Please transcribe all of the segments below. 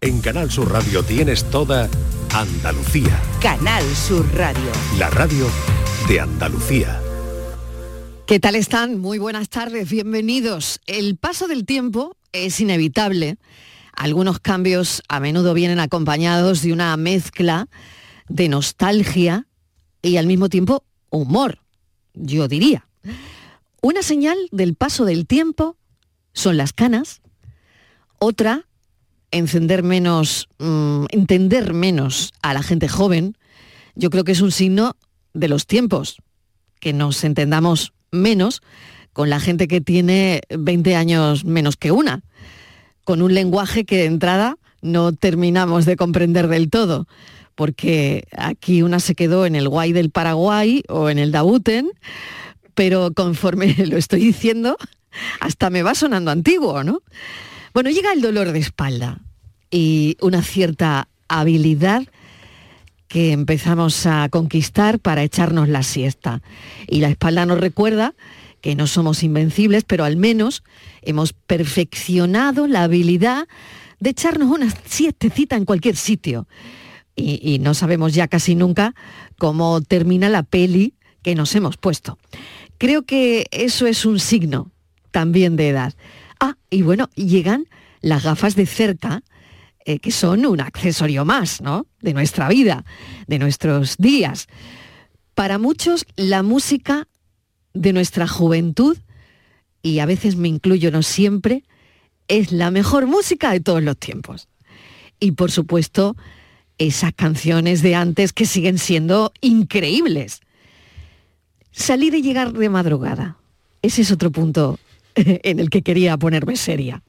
En Canal Sur Radio tienes toda Andalucía, Canal Sur Radio. la radio de Andalucía. ¿Qué tal están? Muy buenas tardes, bienvenidos. El paso del tiempo es inevitable. Algunos cambios a menudo vienen acompañados de una mezcla de nostalgia y al mismo tiempo humor, yo diría. Una señal del paso del tiempo son las canas, otra, encender menos, mm, entender menos a la gente joven. Yo creo que es un signo de los tiempos, que nos entendamos menos con la gente que tiene 20 años menos que una, con un lenguaje que de entrada no terminamos de comprender del todo, porque aquí una se quedó en el guay del Paraguay o en el Dabuten, pero conforme lo estoy diciendo, hasta me va sonando antiguo, ¿no? Bueno, llega el dolor de espalda y una cierta habilidad que empezamos a conquistar para echarnos la siesta. Y la espalda nos recuerda que no somos invencibles, pero al menos hemos perfeccionado la habilidad de echarnos una siestecita en cualquier sitio. Y, y no sabemos ya casi nunca cómo termina la peli que nos hemos puesto. Creo que eso es un signo también de edad. Ah, y bueno, llegan las gafas de cerca, eh, que son un accesorio más, ¿no? De nuestra vida, de nuestros días. Para muchos, la música de nuestra juventud, y a veces me incluyo no siempre, es la mejor música de todos los tiempos. Y por supuesto, esas canciones de antes que siguen siendo increíbles. Salir y llegar de madrugada. Ese es otro punto en el que quería ponerme seria.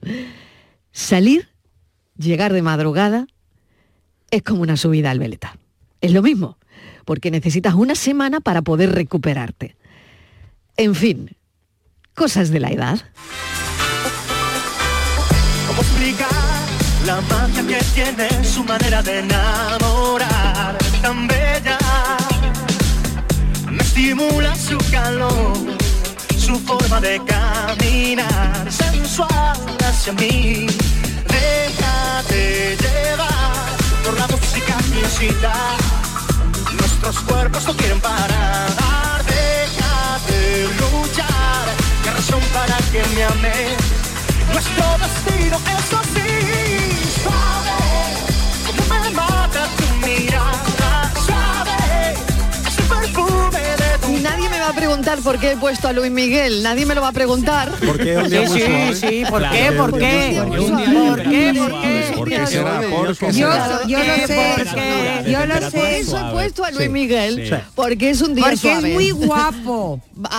Salir llegar de madrugada es como una subida al veleta. Es lo mismo, porque necesitas una semana para poder recuperarte. En fin, cosas de la edad. ¿Cómo explicar la magia que tiene su manera de enamorar? Tan bella, me estimula su calor, su forma de caminar, sensual hacia mí. Déjate llevar por la música que incita. Nuestros cuerpos no quieren parar. Déjate luchar, qué razón para que me ames. Nuestro destino es así Suave, como me mata tu mirada Suave, es el perfume de tu Nadie me va a preguntar por qué he puesto a Luis Miguel, nadie me lo va a preguntar. ¿Por qué un día Sí, muy sí, suave? sí, ¿por qué? ¿Por qué? Porque un día ¿Por muy qué? suave. ¿Por qué? ¿Por qué será? ¿Por qué Yo- será? yo lo sé, ¿Por qué? yo lo Por sé. eso he puesto a Luis Sí, Miguel, sí. porque es un día Porque es suave. muy guapo.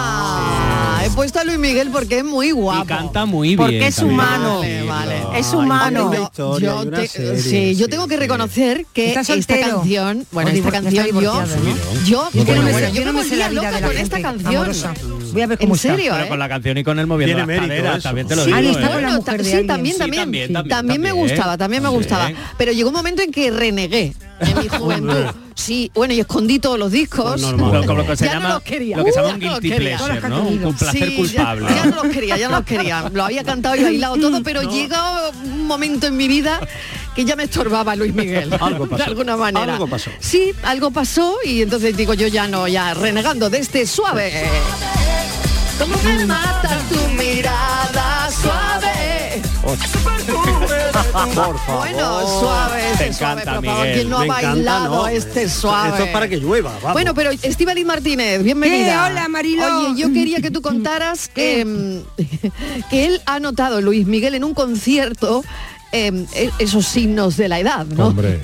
Ah, he puesto a Luis Miguel porque es muy guapo. Y canta muy bien. Porque es también. humano. Vale, vale. Es Hombre, humano. Hay una yo- historia, yo hay una te- serie, sí, yo sí, tengo que sí. reconocer que Está esta soltero. canción, bueno, O esta divor- canción yo, está divorciado, ¿no? yo, Yo bueno, no me bueno, sé- yo yo no me me sé la volvía vida loca de la con esta gente canción. amorosa. Voy a ver cómo en está. serio, Pero ¿eh? con la canción y con él moviendo Tiene las mérito caderas, eso. también te lo Sí, Ah, digo. está ¿eh? con la bueno, mujer ta- de sí, alguien. también, Sí, también, también, Sí, también, también me también, gustaba, también me gustaba. también. Pero llegó un momento en que renegué en mi juventud. Sí, bueno, y escondí todos los discos. Pues Lo, como lo que se Ya no llama, los quería. lo que se Uh, llama un ya no los guilty quería. pleasure, Todos ¿no? los Un, contenidos. un placer Sí, culpable. Ya, ya no los quería, ya no los quería. Lo había cantado y bailado todo, pero llega un momento en mi vida que ya me estorbaba Luis Miguel. Algo pasó. De alguna manera. Algo pasó. Sí, algo pasó y entonces digo yo ya no, ya renegando de este suave. Como me mata tu mirada suave. Por favor. Oh, Bueno, suave, este Te suave, encanta, por favor. Miguel. ¿Quién no ha Me encanta, bailado ¿no? este suave? Esto es para que llueva, vamos. Bueno, pero Estivaliz Martínez, bienvenida. ¿Qué? Hola, Mariló. Oye, yo quería que tú contaras em, que él ha notado, Luis Miguel, en un concierto em, e- esos signos de la edad, ¿no? Hombre,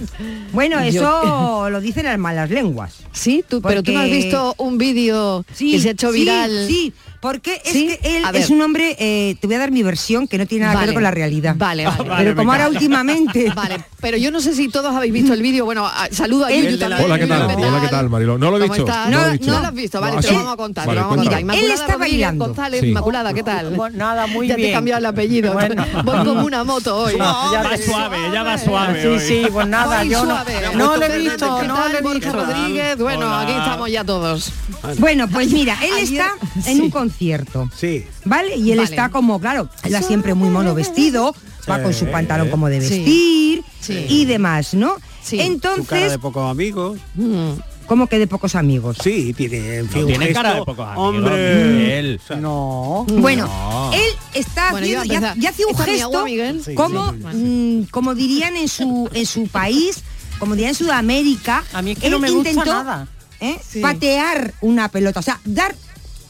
Bueno, Yo- eso lo dicen las malas lenguas. Sí, tú, pero tú no has Porque- visto un vídeo que se ha hecho sí, viral. Sí, porque es Sí, que él a ver. es un hombre, eh, te voy a dar mi versión, que no tiene nada que Vale, ver con la realidad. Ah, vale, vale. vale, Pero me como ahora encanta. últimamente... Vale, pero yo no sé si todos habéis visto el vídeo. Bueno, a- saludo a El- Yuyu el de la- también. Hola, ¿qué tal? Yuyu, Hola, ¿qué tal, Marilo? No lo he ¿Cómo visto, estás? no No, lo he visto. lo has visto, Ah, vale, No, te ¿sí? lo vamos a contar. Vale, te lo vamos a contar. cuéntalo. Él Inmaculada está Rodríguez bailando. González, Sí. Inmaculada, ¿qué tal? Bueno, nada, muy ya te he bien. cambiado el apellido. Bueno. Voy como una moto hoy. Ya Va ves. suave, ella va suave Sí, hoy. sí, pues nada, Hoy yo no, suave. no le he Fernández, visto, ¿qué no tal? le he Borja visto. Rodríguez, bueno, Hola. aquí estamos ya todos. Bueno, pues mira, él Ayer- está en sí. un concierto. Sí. ¿Vale? Y él Vale. está como, claro, él va siempre muy mono vestido, va con su pantalón como de Sí. vestir, Sí. y demás, ¿no? Su cara Entonces, de pocos amigos. Mm. como que de pocos amigos. Sí, tiene, en fin, un tiene gesto- cara de pocos amigos, Hombre, Miguel. O sea, no. Bueno, No. él está Bueno, yo iba a haciendo, ya, empezar. ya hace un ¿Esta es mi agua, gesto Miguel? Sí, como, sí, mm, como dirían en su en su país, como dirían en Sudamérica, A mí es que él no me gusta intentó nada. ¿eh? Sí. patear una pelota, o sea, dar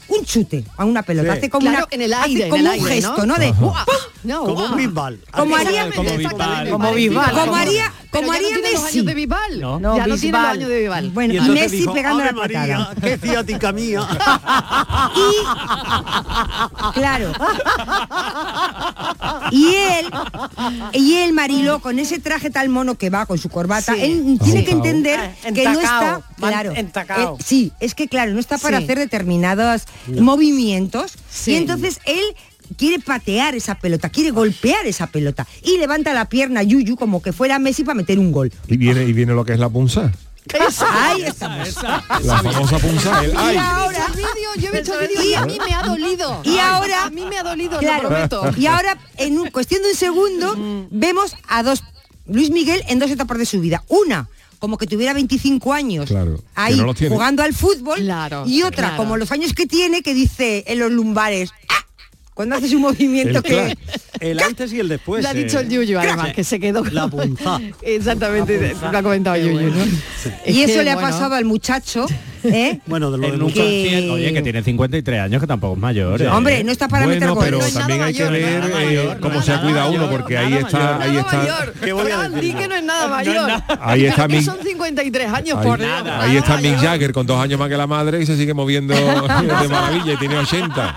un chute a una pelota, Sí. hace como Claro, una- en el hace aire, en como el un aire, gesto, ¿no? ¿no? De Guau. ¡pum! No, Como guau. un Bisbal. Como haría- Exactamente, como exactamente, Bisbal. Como parecido. Bisbal. Como haría- Pero como ya no haría tiene los Messi. años de Bisbal. No, No. ya no tiene los Bisbal. años de Bisbal. Bueno, y, entonces Messi dijo, pegando la "Ave María, patada. qué ciática mía. Claro. Y él, y él, Mariló, con ese traje tal mono que va con su corbata, Sí. él tiene Sí. que entender Ah, que no entacao, está, van claro, entacao. él- sí, es que claro, no está para Sí. hacer determinados movimientos Sí. y entonces él quiere patear esa pelota, quiere golpear esa pelota y levanta la pierna Yuyu como que fuera Messi para meter un gol. Y viene, y viene lo que es la punza. Ahí estamos. La famosa punza. El, ay, Y ahora, Yo he visto el vídeo, yo he visto el vídeo y a mí me ha dolido. Y ahora- a mí me ha dolido, Claro. lo prometo. Mm. Y ahora, en un- cuestión de un segundo, vemos a dos Luis Miguel en dos etapas de su vida. Una, como que tuviera 25 años Claro, que ahí no los tiene. jugando al fútbol. Claro, y otra, claro. como los años que tiene, que dice en los lumbares. "Ah", Cuando haces un movimiento El que. El antes y el después. Lo ha eh. dicho el Yuyu, además, que se quedó con- La punza. Exactamente, lo ha comentado Yuyu, ¿no? Es Y eso que, le ha bueno, pasado al muchacho. ¿eh? Bueno, de lo de En un mucho- que- concierto, oye, que tiene 53 años, que tampoco es mayor. ¿eh? Hombre, no está para meter bueno, goles. pero No es nada también hay que mayor, no es ver nada eh, mayor, no cómo es se nada cuida uno, mayor, porque no es ahí nada está, mayor. ahí nada está. mayor. ¿Qué voy a Fran, di decir? que no es nada mayor. nada. Ahí Pero está que Mick- son 53 años, Ahí, por Dios. nada ahí está Mick mayor. Jagger con dos años más que la madre y se sigue moviendo de maravilla y tiene 80.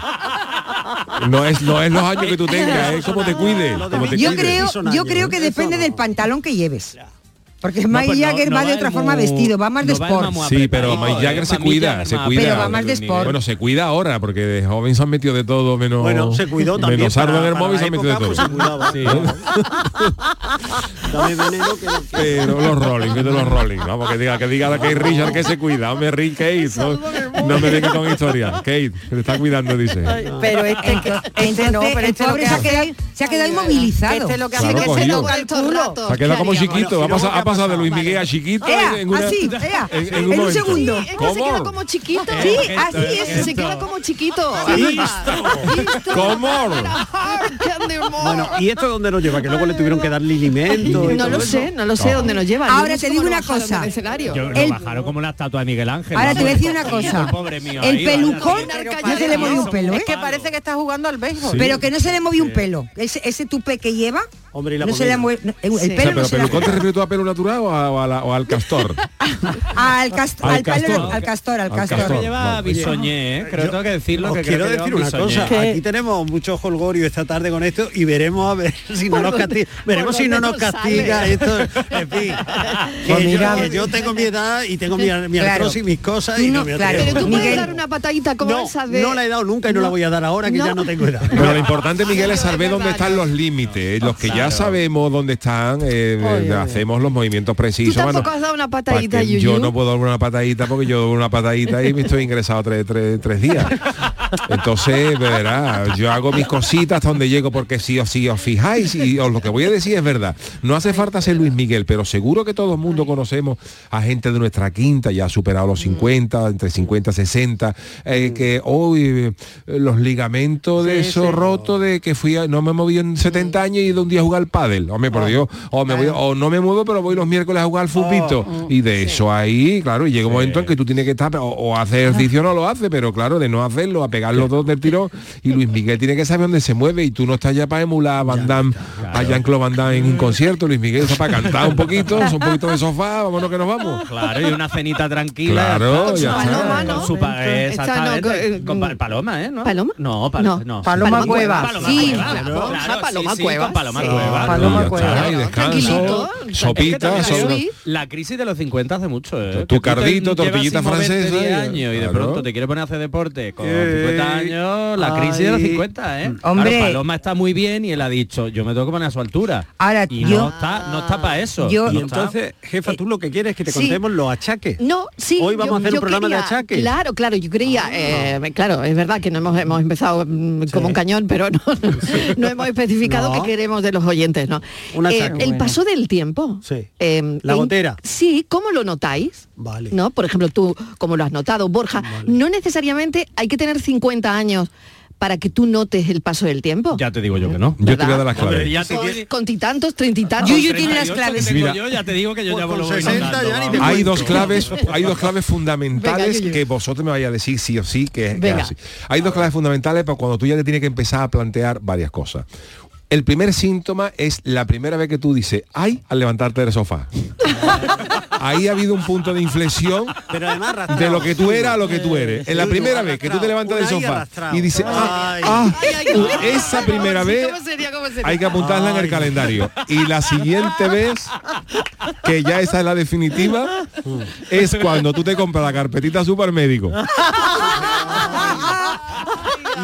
No es, no es los años que tú tengas, es como te cuide. Como te Yo cuide. creo, son yo años, creo que eso depende no. del pantalón que lleves. Porque No, Mike pues no- Jagger no va de el otra forma mu- vestido, va más de no el sport. mamu Sí, pero apretado, Mike ¿eh? Jagger se Para mí cuida, ya se más cuida. Pero va más de sport. Bueno, se cuida ahora, porque de joven se han metido de todo, menos... Bueno, se cuidó también. Menos para- Ardo del para móvil la se han metido época, de todo. pues, se cuidaba. Sí. Dame veneno que lo que- Pero los Rolling, que de los Rolling, vamos, que diga, que diga que Richard que se cuida, hombre, Rick Kate, no, no me venga con historia, Kate, que te está cuidando, dice. Pero este, este Entonces, no, pero el este lo pobre que se ha hace- quedado, se ha quedado inmovilizado. Este es lo que hace Claro, que se cogido. toca el Tantos culo. ratos. Se ha quedado como ¿Qué haríamos? chiquito, ha pasado, ha pasado de Luis Miguel a chiquito eh, Ea, en una- así, ea, en- en Ah, en un un momento. Eh, segundo. Es que se ¿Cómo? queda como chiquito. Sí, así es, es. se queda como chiquito. ¿Cómo? Bueno, ¿y esto dónde nos lleva? Que luego le tuvieron que dar lilimento. y No todo lo eso. sé, no lo sé dónde nos llevan. Ahora Yo no te sé digo cómo una lo bajaron cosa. del escenario. Yo, El- lo bajaron como la estatua de Miguel Ángel. Ahora te voy a decir una Pobrecito, cosa. pobre mío, El ahí, vaya, pelucón tiene que no se le movió un son pelo, ¿eh? Es que parece que está jugando al béisbol. Sí. Pero que no se le movió un pelo. Ese, ese tupe que lleva, Hombre, y la no se le ha boquilla. movido. no, el Sí. O sea, pelo no pero se le ha pelucón te refieres tú a pelo natural o, a- o a la- o al castor? Al, cast- Al al pelo- castor. al castor, al Al Creo castor. que castor. lleva bisoñé, ¿eh? Creo que tengo que decirlo. Os que creo quiero que lleva decir una bisoñé. cosa, aquí tenemos mucho jolgorio esta tarde con esto y veremos a ver si no nos castiga, veremos si no nos dónde esto castiga sale? esto, en fin, que, Pues yo, mira- que yo tengo mi edad y tengo mi, mi Claro. artrosis y mis cosas y Tú no, no- me claro. atrevo. Pero tú puedes Miguel. dar una patadita como no, esa de... no la he dado nunca y no, la voy a dar ahora que No. ya no tengo edad. Pero lo importante, Miguel, es Ah, saber es dónde verdad, están no. los límites. Los que ya sabemos dónde están, eh, eh, hacemos los movimientos precisos. Tú tampoco mano. has dado una patadita, Pa' que Yuyu. Yo no puedo dar una patadita porque yo doy una patadita y me estoy ingresado tres, tres- tres días. Entonces, verás, yo hago mis cositas hasta donde llego porque si os, si os fijáis y os lo que voy a decir es verdad. No hace falta ser Luis Miguel, pero seguro que todo el mundo conocemos a gente de nuestra quinta, ya ha superado los 50, entre 50 y 60, eh, que hoy eh, los ligamentos de eso roto de que fui a- no me moví en 70 años y he ido un día a jugar al pádel. Hombre, por Dios, o, me voy, o no me muevo, pero voy los miércoles a jugar al futbito. Y de eso ahí, claro, y llega un momento en que tú tienes que estar, o, o hace ejercicio o no lo hace, pero claro, de no hacerlo, a pegar los dos del tirón. Y Luis Miguel tiene que saber dónde se mueve y tú no estás ya para emular a Van Damme, a Jean-Claude Van Damme en un concierto. Luis Miguel está para cantar un poquito, son un poquito de sofá, vámonos que nos vamos. Claro, y una cenita tranquila. Claro, Con su ya está. paloma, ¿no? Con su pa- eh, Esta no, exactamente. con- con pa- paloma, ¿eh? ¿No? ¿Paloma? No, pal- No. no. Paloma Cuevas. Paloma Sí, Cuevas, claro. claro, Paloma sí, Paloma sí, Cuevas, con Paloma sí. Cuevas. Paloma Y ya está, Cuevas. y Tranquilito. descanso, sopita, Es que son- también La crisis de los 50 hace mucho, ¿eh? Tu Que tú te cardito, llevas tortillita sin moverte francesa 10 y- años y de Claro. pronto te quieres poner a hacer deporte con Eh, 50 años, la crisis de los Ay. 50, ¿eh? Hombre. Claro, Paloma está muy bien y él ha dicho, yo me tengo que poner a su altura. Ahora, y yo- no está, no está para eso. Yo- no Y ¿Dónde está. entonces, jefa, tú lo que quieres es que te sí. contemos los achaques. No, sí. Hoy vamos a hacer un programa de Ah. quería- achaques. Claro, claro, yo creía, eh, claro, es verdad que no hemos, hemos empezado mm, como un cañón, pero no, no hemos especificado No. qué queremos de los oyentes, ¿no? Un Eh, achaque, el bueno. paso del tiempo. Sí. eh, La en- gotera. Sí, ¿cómo lo notáis? Vale. ¿No? Por ejemplo, tú, como lo has notado, Borja, no necesariamente hay que tener 50 años para que tú notes el paso del tiempo. Ya te digo yo que no. Yo te voy a dar las Hombre, claves. ya te Con, tiene- con titantos, treinta y tantos. Yuyu tiene las 38 claves. que tengo Mira. yo, ya te digo que yo Pues ya con vuelvo 60 ya andando, ni te vamos. Hay cuento. dos claves, hay dos claves fundamentales Venga, Yuyu. que vosotros me vais a decir sí o sí que es que es Venga. así. Hay dos claves fundamentales para cuando tú ya te tienes que empezar a plantear varias cosas. El primer síntoma es la primera vez que tú dices, ay, al levantarte del sofá. Ahí ha habido un punto de inflexión Pero además arrastrado. de lo que tú eras a lo que tú eres. En la Sí, primera arrastrado. vez que tú te levantas del Un ahí sofá arrastrado. y dices, ah, Ay. ah, Ay, ay, ay. esa primera Sí, vez ¿Cómo sería? ¿Cómo sería? hay que apuntarla en el Ay. calendario. Y la siguiente vez, que ya esa es la definitiva, es cuando tú te compras la carpetita supermédico.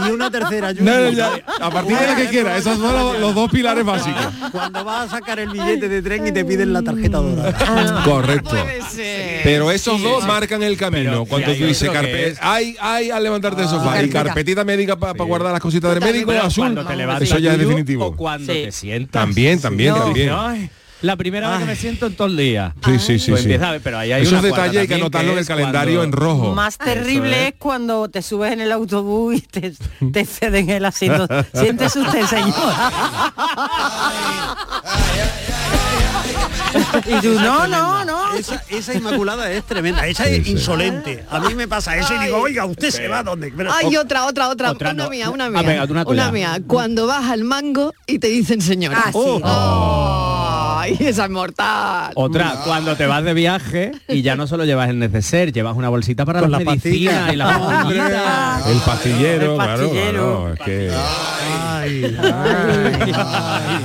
Y una tercera, Yuyu. No, no, ya, a partir de la que quieras, esos son los, los dos pilares básicos. Cuando vas a sacar el billete de tren y te piden la tarjeta Ah. dorada. Correcto. Puede ser. Pero esos dos marcan el camino. Pero, cuando sí, tú hay dices otro que carpeta, es- Ah. ay, ay, al levantarte del sofá. Y carpetita médica para guardar las cositas del médico, Pero azul. cuando te levantas Eso ya es tú definitivo. O cuando Sí. te sientas. También, también, No. también. Ay, la primera vez que me siento en todo el día. Sí, sí, sí, Pues sí. empieza a ver, pero ahí hay Esos una cuarta detalles hay que también, anotarlo en el es calendario en cuando- rojo. Más Eso terrible es. es cuando te subes en el autobús y te, te ceden el asiento. Siéntese usted, señor. y tú, no, no, no. Esa, esa inmaculada es tremenda, esa Sí, es sí. insolente. A mí me pasa eso y digo, oiga, usted se va donde. pero- Hay otra, otra, otra. Otra una no. mía, una Ah, mía. venga, una tuya. mía. Cuando vas al mango y te dicen señora. Oh. Ah, sí. Oh. Ay, esa es mortal. Otra, cuando te vas de viaje y ya no solo llevas el neceser, llevas una bolsita para Con las la medicinas pastilla. y las Hombre. pastillitas. El pastillero, El claro, pastillero. claro, es que- Ay, ay, ay.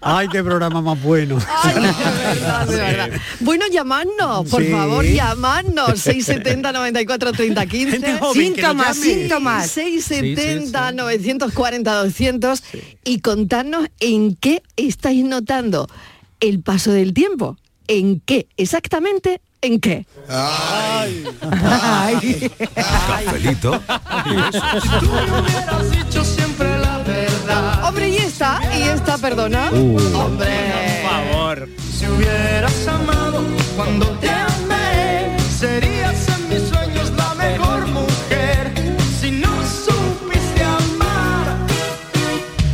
Ay, qué programa más bueno. Ay, de verdad, de verdad. Bueno, llamadnos, por Ah, Sí. favor, llamadnos. 670 94 30 15. Gente joven que nos Síntomas, llame. síntomas. 670 940 200 y contadnos en qué estáis notando el paso del tiempo. ¿En qué? Exactamente, ¿en qué? Ah. Ay. Cafelito y besos. Hombre, y esta, y esta, perdona. Uh. Hombre. Por favor. Si hubieras amado cuando te amé, serías en mis sueños la mejor mujer. Si no supiste amar,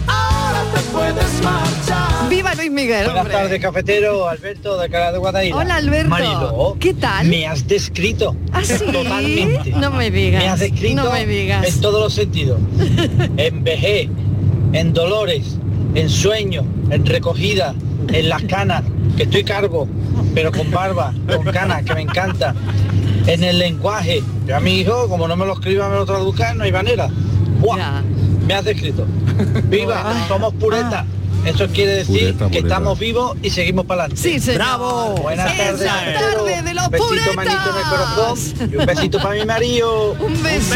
ahora te puedes marchar. Viva Luis Miguel. Buenas hombre. tardes, cafetero. Alberto de Alcalá de Guadaira. Hola, Alberto. Mariló, ¿Qué tal? Me has descrito. ¿Ah, sí? Totalmente. No me digas, Me has descrito no me digas. en todos los sentidos. en vejez, en dolores, en sueños, en recogida, en las canas, que estoy cargo, pero con barba, con canas, que me encanta. En el lenguaje. Yo a mi hijo, como no me lo escriba, me lo traduzca, no hay manera. ¡Buah! Ya. Me has descrito. Viva, somos puretas. Ah. Eso quiere decir Pureta, que pureta. estamos vivos y seguimos para adelante. Sí, señor. Bravo. Buenas Esa tardes. Alfredo. tarde de los un besito, puretas. manito en el corazón. Y un besito para mi marido. Un beso.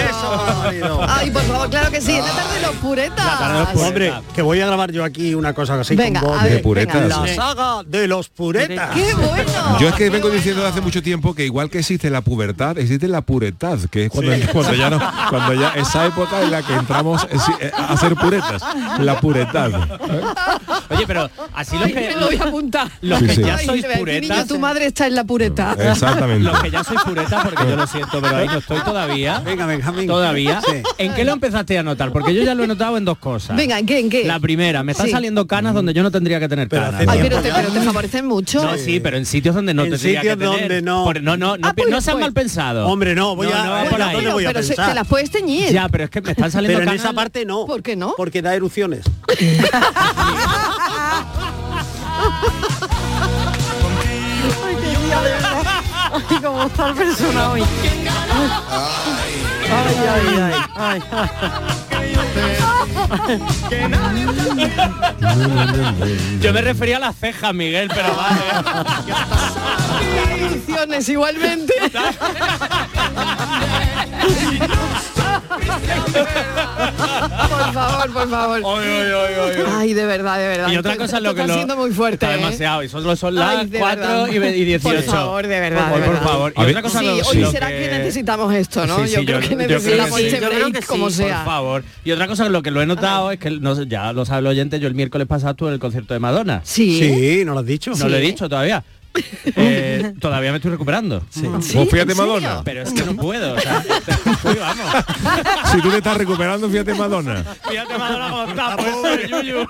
marido. Ay, por favor, claro que sí. Es la tarde de los puretas. Hombre, que voy a grabar yo aquí una cosa así Venga, con voz a ver. de puretas. venga. La saga de los puretas. Qué bueno. Yo es que qué vengo bueno. diciendo desde hace mucho tiempo que igual que existe la pubertad, existe la puretad, que es cuando, cuando ya no, cuando ya esa época en la que entramos eh, sí, eh, a hacer puretas, la puretad. ¿eh? Oye, pero así los Ay, que, me lo voy a apuntar. los Sí, que sí. ya Ay, sois te voy a decir, niño, puretas. tu madre está en la pureta. Exactamente. Los que ya sois puretas, porque yo lo siento, pero ahí no estoy todavía. Venga, Benjamín. Todavía. Sí. ¿En qué lo empezaste a notar? Porque yo ya lo he notado en dos cosas. Venga, ¿en qué? ¿En qué? La primera, me están Sí. saliendo canas donde yo no tendría que tener Pero canas. hace Ay, tiempo. pero te, pero te favorecen mucho. No, sí, pero en sitios donde no En tendría que sitios tener. donde no. Por- no, no, no, Ah, pi- pues, no seas pues. mal pensado. Hombre, no, voy a- no, voy por a- ahí. ¿dónde voy a pero se- pensar? te las puedes teñir. Ya, pero es que me están saliendo Pero en canas. esa parte no. ¿Por qué no? Porque da erupciones. Ay, cómo está el persona hoy. Ay, ay, ay, ay. Yo me refería a las cejas, Miguel, pero vale. Ediciones igualmente. Por favor, por favor. Ay, de verdad, de verdad. Y otra Esto- cosa es lo esto que está lo- siendo muy fuerte. está ¿eh? demasiado y solo son las Ay, de 4 verdad. y ve- y 18. Por favor, de verdad, Por, de favor, por verdad. favor. A Y otra ver, cosa Sí, lo- hoy lo será que... necesitamos esto, ¿no? Sí, sí, yo, creo que yo creo necesitamos que sí. ese Yo creo break que sí. como Por sea. Por favor. Y otra cosa, lo que lo he notado es que no sé, ya lo sabe el oyente, yo el miércoles pasado estuve en el concierto de Madonna. Sí. Sí, no lo has dicho. No lo he dicho todavía. Eh, todavía me estoy recuperando. Sí, Pues fíjate ¿en serio? Madonna. Pero es que no puedo. o sea, uy, vamos. Si tú te estás recuperando, fíjate Madonna. Fíjate Madonna cómo está, pues, por eso de Yuyu.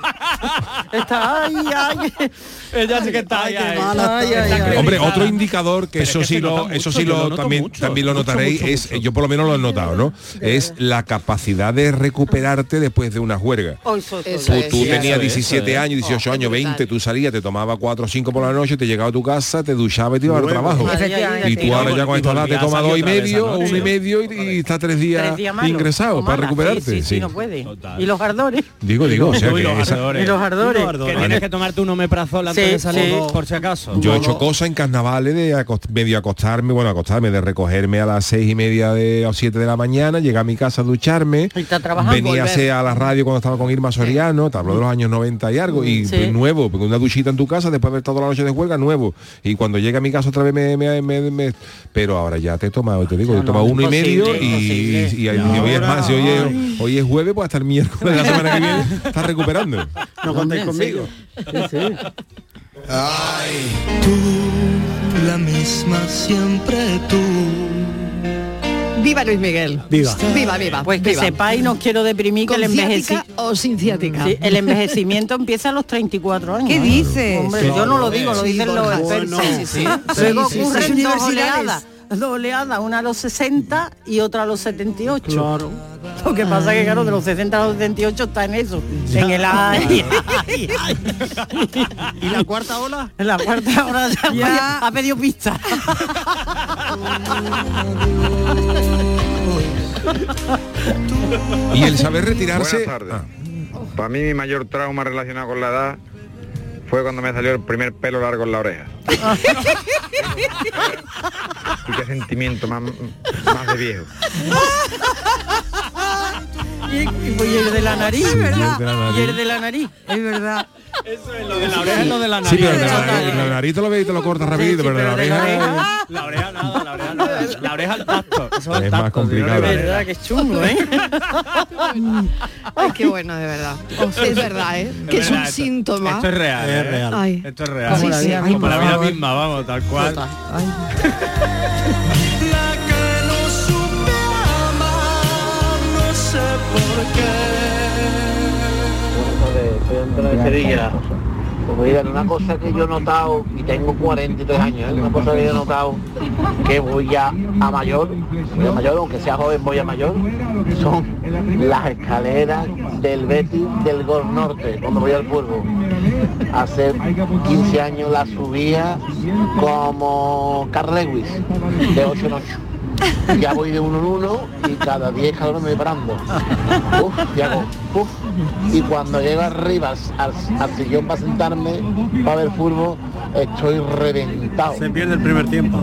Está, ay, ay. Ella sí que está Ay, ahí. qué ahí. mala Está está. criogenizada. Hombre, oh, otro indicador que Pero es eso que sí se lo, nota eso mucho, sí yo lo noto también, mucho, también lo mucho, notaréis, mucho, es, yo por lo menos lo he notado, ¿no? Es la capacidad de recuperarte después de una juerga. Hoy soy Eso Tú, es. tú sí, tenías eso es, 17 eso es. años, 18 Oh, años, brutal. 20, tú salías, te tomaba 4 o 5 por la noche, te llegaba a tu casa, te duchabas y te ibas al Luego. trabajo. Madre Y tú Y ahora ya y con esta edad te volvías a tomas salir dos y otra vez, medio, ¿no? o uno y Sí. medio y, y estás tres días, Tres días malos, ingresado o para malas, recuperarte. Sí, sí, sí, sí. no puede. Total. Y los ardores. Digo, digo, o sea Uy, que los esa- ardores. Y los ardores. Los ardores. Que tienes que tomarte un omeprazol antes Sí, de salir, sí. por si acaso. Yo he hecho cosas en carnavales de acost- medio acostarme, bueno, acostarme, de recogerme a las seis y media de o siete de la mañana, llegar a mi casa a ducharme, Y está trabajando, venía a volver. hacer a la radio cuando estaba con Irma Soriano, te hablo de los años 90 y algo, y Sí. pues, nuevo, porque una duchita en tu casa después de haber estado la noche de huelga, nuevo. Y cuando llega a mi casa otra vez me... me- me- me- pero ahora ya te he tomado, te digo, te he tomado uno y medio imposible, y, imposible. y- y hoy es más, si hoy es, hoy es jueves, pues hasta el miércoles de la semana que viene estás recuperando. No contéis Hombre, conmigo. Tú, la misma siempre tú. Viva Luis Miguel. Viva. Viva, viva. Pues que viva. sepáis, no quiero deprimir que ¿Con el, envejeci- ciática o sin ciática? sí, el envejecimiento empieza a los 34 años. ¿Qué ¿eh? dices? Hombre, yo no lo digo, lo Sí, dicen los Borja. expertos. Bueno. Sí, sí, Luego Sí, sí, sí. ocurren Las dos universidades. oleadas, dos oleadas, una a los 60 y otra a los 78. Claro. Lo que pasa es que claro, de los 60 a los 78 está en eso, en el ay, ay, ay. ¿Y la cuarta ola? En la cuarta hora ya, Ya. ha pedido pista. Y el saber retirarse... Buenas tardes. Ah. Para mí mi mayor trauma relacionado con la edad fue cuando me salió el primer pelo largo en la oreja. y qué sentimiento más, más de viejo. Y, y- pues, y el de la nariz, de la nariz. Y el de la nariz. Es verdad. Eso es lo de la oreja y lo de la nariz. Sí, pero la, Total. nariz- la nariz te lo ves y te lo cortas Sí, sí, rapidito, pero pero la de la oreja... oreja, La oreja nada, la oreja nada. La oreja al tacto. Eso al Es más tacto, si no, no complicado. es Claro. verdad que es chungo, ¿eh? Ay, qué bueno, de verdad. Es verdad, ¿eh? Que es un verdad, esto- síntoma. Esto es real. Es ¿eh? real. Ay. Esto es real. Sí, Como la sí. vida- Ay, Como la por vida favor. misma, vamos, tal cual. La que no supe amar, no sé por qué. Sevilla. Pues mira, una cosa que yo he notado, y tengo 43 años, ¿eh? una cosa que yo he notado, que voy ya a mayor, voy a mayor, aunque sea joven, voy a mayor, son las escaleras del Betis del Gol Norte, cuando voy al fútbol. Hace 15 años la subía como Carl Lewis, de 8 en 8. Ya voy de uno en uno y cada 10 cada uno me voy parando. Uf, y hago, uf. Y cuando llego arriba al, al sillón para sentarme, para ver fútbol, estoy reventado. Se pierde el primer tiempo.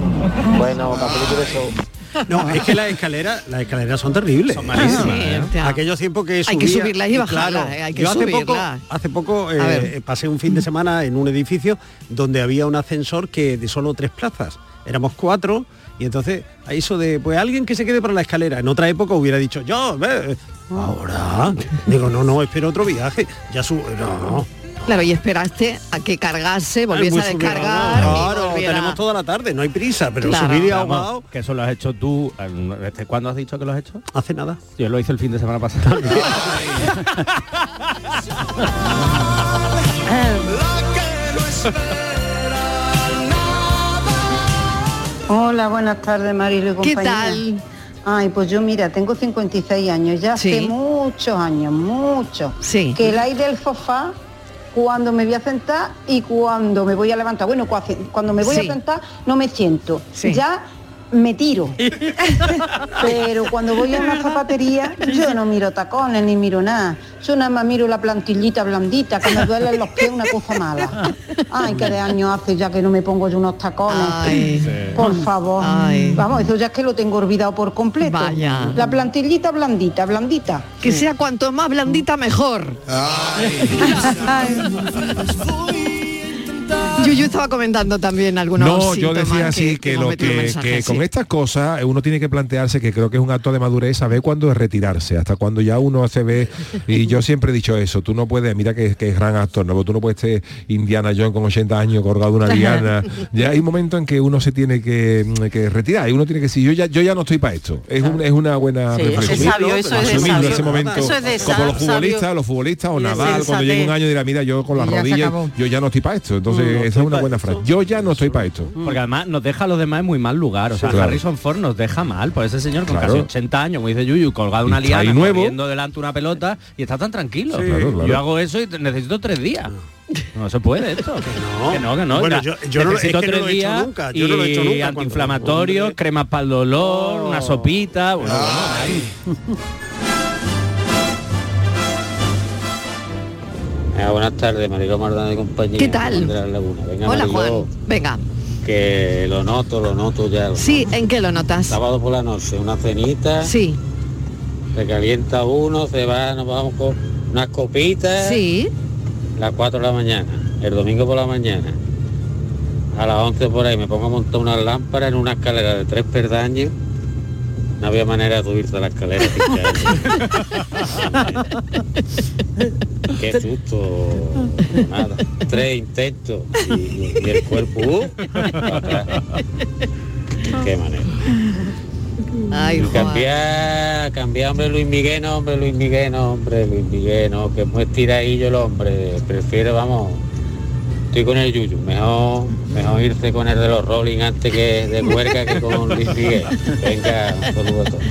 Bueno, capítulo de eso. No, es que las escaleras, las escaleras son terribles. Ah. Son malísimas, ¿eh? Cierto. Aquellos tiempos que Hay que subía- subirlas y bajarlas, claro, ¿eh? Hay que yo hace subirlas. Poco, hace poco eh, A ver. pasé un fin de semana en un edificio donde había un ascensor que de solo tres plazas. Éramos cuatro y entonces a eso de pues alguien que se quede para la escalera. En otra época hubiera dicho yo. ve, Ahora digo no no espero otro viaje. Ya subo. No. Claro, y esperaste a que cargase, volviese Muy a subida, descargar. ¿no? y Claro, volviera- tenemos toda la tarde, no hay prisa, pero Claro. subir y Vamos, ahogado que eso lo has hecho tú. eh, este, ¿Cuándo has dicho que lo has hecho? hace nada. Yo lo hice el fin de semana pasado. La que no espera nada. Hola, buenas tardes, Marilo y ¿Qué compañía. tal? Ay, pues yo mira, tengo 56 años, ya hace Sí. muchos años, muchos, Sí. que el aire del sofá, cuando me voy a sentar y cuando me voy a levantar, bueno, cua- cuando me voy Sí. a sentar no me siento, Sí. ya me tiro. Pero cuando voy a una zapatería, yo no miro tacones ni miro nada. Yo nada más miro la plantillita blandita, que me duelen los pies, una cosa mala. Ay, que de años hace ya que no me pongo yo unos tacones. Por favor. Vamos, eso ya es que lo tengo olvidado por completo. Vaya. La plantillita blandita, blandita. Que sea cuanto más blandita mejor. Yuyu estaba comentando también algunos No, yo síntomas decía así que, hemos lo metido que, mensajes, que sí. con estas cosas eh, uno tiene que plantearse que creo que es un acto de madurez saber cuándo es retirarse, hasta cuando ya uno se ve y yo siempre he dicho eso, tú no puedes, mira que, que es gran actor, no, tú no puedes ser Indiana Jones con 80 años colgado de una liana. ya hay momentos en que uno se tiene que, mm, que retirar y uno tiene que decir, yo ya yo ya no estoy para esto. Es, un- es una buena Sí, eso es reflexión. sabio, eso es de Asumirlo sabio. ese momento. Eso es de como los sabio. futbolistas, los futbolistas o Y de Nadal, cuando sensatez. llegue un año dirá, mira, yo con las Y ya se rodillas, acabó. yo ya Mm, no estoy para esto. Entonces, esa es una buena frase. Yo ya no estoy para esto. Porque además nos deja a los demás en muy mal lugar. O sea, claro. Harrison Ford nos deja mal. Por ese señor con Claro. casi 80 años, como dice Yuyu, colgado una Y está ahí liana, nuevo. corriendo delante una pelota y está tan tranquilo. Sí. Claro, claro. Yo hago eso y te- necesito tres días. No se puede esto. Que no, que no. Bueno, Ya, yo- yo no lo- es necesito que no tres lo he hecho días nunca, yo no lo he hecho y nunca cuando- Oh. antiinflamatorios, cremas para el dolor, una sopita. Bueno, bueno, Ah, buenas tardes, Mariló Mardana de compañía. ¿Qué tal? Juan de la Laguna. Venga, Hola Mariló, Juan, venga. Que lo noto, lo noto ya. lo Sí, ¿en qué lo notas? Sábado por la noche, una cenita. Sí. Se calienta uno, se va, nos vamos con unas copitas. Sí. Las 4 de la mañana, el domingo por la mañana. A las 11 por ahí me pongo a montar una lámpara en una escalera de tres perdaños. No había manera de subirse a la escalera. Qué susto. Nada. Tres intentos y, y el cuerpo. uh, para atrás. Qué manera. Ay, Y Juan. cambiar, cambiar, hombre, Luis Miguel, no, hombre, Luis Miguel, no, hombre, Luis Miguel, no, que es muy estiradillo el hombre, prefiero, vamos, estoy con el Yuyu, mejor, mejor irse con el de los Rolling antes que de Huerca que con Luis Miguel. Venga, un saludo a todos.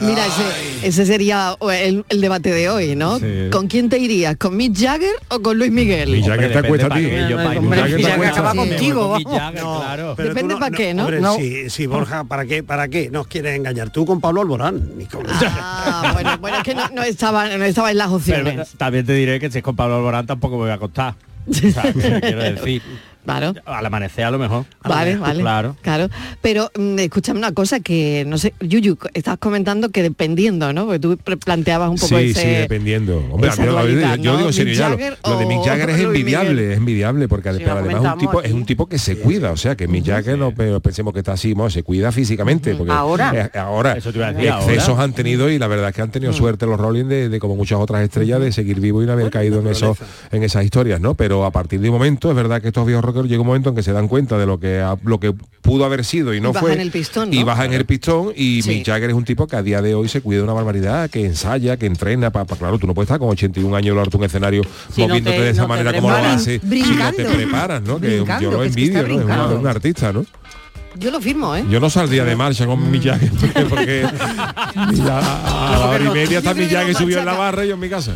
Mira, ese, ese sería el, el debate de hoy, ¿no? ¿Con quién te irías? ¿Con Mick Jagger o con Luis Miguel? Y ya que te acuesta a ti. Hombre, Ya que y te ya que acuesta. acaba Sí. contigo, Mick vamos. Jagger, No, claro. pero tú Depende no- pa' qué, ¿no? hombre, No. Sí, sí, Borja, ¿para qué? ¿Para qué? Nos quieres engañar. Tú con Pablo Alborán, ni con- Ah, bueno, bueno, es que no, no estaba, no estaba en las Pero opciones. también te diré que si es con Pablo Alborán tampoco me voy a acostar. O sea, quiero decir. Claro. Al amanecer a lo mejor. Vale, vale. pues Claro. Claro. Pero mm, escúchame una cosa que, no sé, Yuyu, co- estabas comentando que dependiendo, ¿no? Porque tú pre- planteabas un poco sí, ese... sí, dependiendo. Hombre, a esa mí- a mí- dualidad, yo ¿no? digo en serio, Mick ya, lo, Jagger lo de Mick o Jagger es Luis envidiable, Miguel. es envidiable, porque lo pero además es un comentamos tipo, es un tipo que se cuida, o sea que Mick Jagger no pero pensemos que está así, no, se cuida físicamente. Porque Ahora. eh, ahora Eso te iba a decir, excesos ahora. han tenido y la verdad es que han Mm. tenido suerte los Rolling de, de como muchas otras estrellas de seguir vivo y no haber caído en esos, en esas historias, ¿no? Pero a partir de un momento, es verdad que estos viejos rockeros llega un momento en que se dan cuenta de lo que ha- lo que pudo haber sido y no Y bajan fue. el pistón, Y ¿no? bajan el pistón y Mick Jagger es un tipo que a día de hoy se cuida de una barbaridad, que ensaya, que entrena, para claro, tú no puedes estar con 81 años delante de un escenario Si no moviéndote te- de esa no te manera como lo preparas. haces si no te Brincando. preparas, ¿no? Que yo Brincando, lo que es que está envidio, ¿no? Es una- brincando. un artista, ¿no? Yo lo firmo, ¿eh? Yo no saldría de marcha con Mick Jagger porque, porque ya a la hora y media está Mick Jagger subió en la barra y yo en mi casa.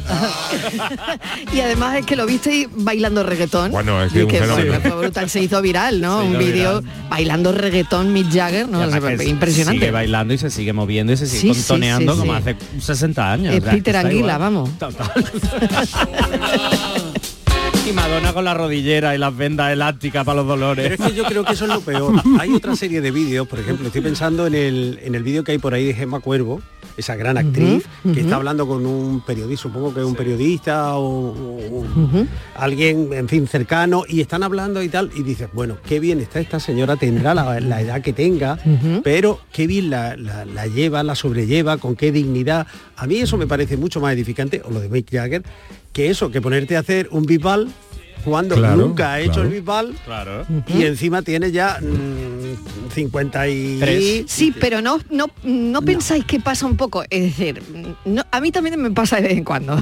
Y además es que lo visteis bailando reggaetón. Bueno, es que es un fenómeno. fue brutal, se hizo viral, ¿no? Se hizo un vídeo bailando reggaetón Mick Jagger, ¿no? Y además O sea, que impresionante. Sigue bailando y se sigue moviendo y se sigue Sí, sí, contoneando sí, como sí. hace 60 años. Es o sea, que Peter está Anguila, igual. vamos. Y Madonna con la rodillera y las vendas elásticas para los dolores. Pero es que yo creo que eso es lo peor. Hay otra serie de vídeos, por ejemplo, estoy pensando en el, en el vídeo que hay por ahí de Gemma Cuervo, esa gran actriz, ujú. que está hablando con un periodista, supongo que es un periodista o, o- o alguien, en fin, cercano, y están hablando y tal, y dices, bueno, qué bien está esta señora, tendrá la, la edad que tenga, pero qué bien la, la- la lleva, la sobrelleva, con qué dignidad. A mí eso me parece mucho más edificante, o lo de Mick Jagger, que eso, que ponerte a hacer un bipal cuando Claro, nunca ha hecho claro. el bipal Claro. y encima tiene ya mm, 50 y... Sí, Sí, pero no, no, no pensáis que pasa un poco. Es decir, no, a mí también me pasa de vez en cuando.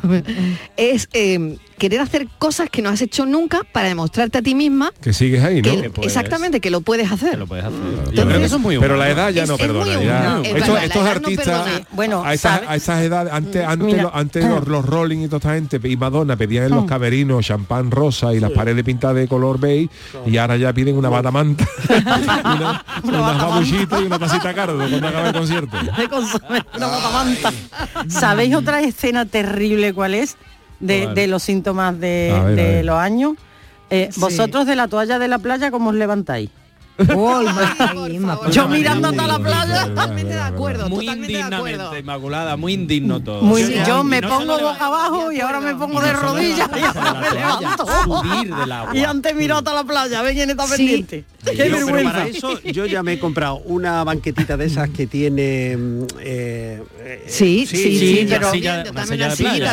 Es eh, querer hacer cosas que no has hecho nunca para demostrarte a ti misma Que sigues ahí, ¿no? que- exactamente que lo puedes hacer. Yo creo que eso es muy Pero humano. la edad ya Es- no es muy perdona. ya. humano, es Estos- verdad, la estos edad no artistas, perdona. Bueno, a, esas, ¿sabes? a esas edades, antes, antes, Mira. Mm. lo- antes los, los Rolling y toda esta gente y Madonna pedían en los camerinos champán rosa y las paredes pintadas de color beige y ahora ya piden Mm. una batamanta, una, unas babuchitas y una pasita cardo cuando acaba el concierto. de consomé, una botamanta. ¿Sabéis otra escena terrible cuál es? De, ¿Cuál? de los síntomas de, A ver, a de ver. los años. Eh, Sí. Vosotros de la toalla de la playa, ¿cómo os levantáis? Yo mirando hasta la playa. Totalmente de acuerdo. Muy indignamente, Inmaculada, muy indigno todo. Muy- Sí, yo y me no pongo solo boca abajo y ahora me pongo de rodillas y ahora me levanto. Ah, subir del agua. Y antes miró hasta la playa, ven quién está Sí. pendiente. Qué Yo, pero vergüenza. para eso yo ya me he comprado una banquetita de esas que tiene... mm, eh, eh, Sí, sí, sí, ya- pero silla- dame una sillita de Sillita playa,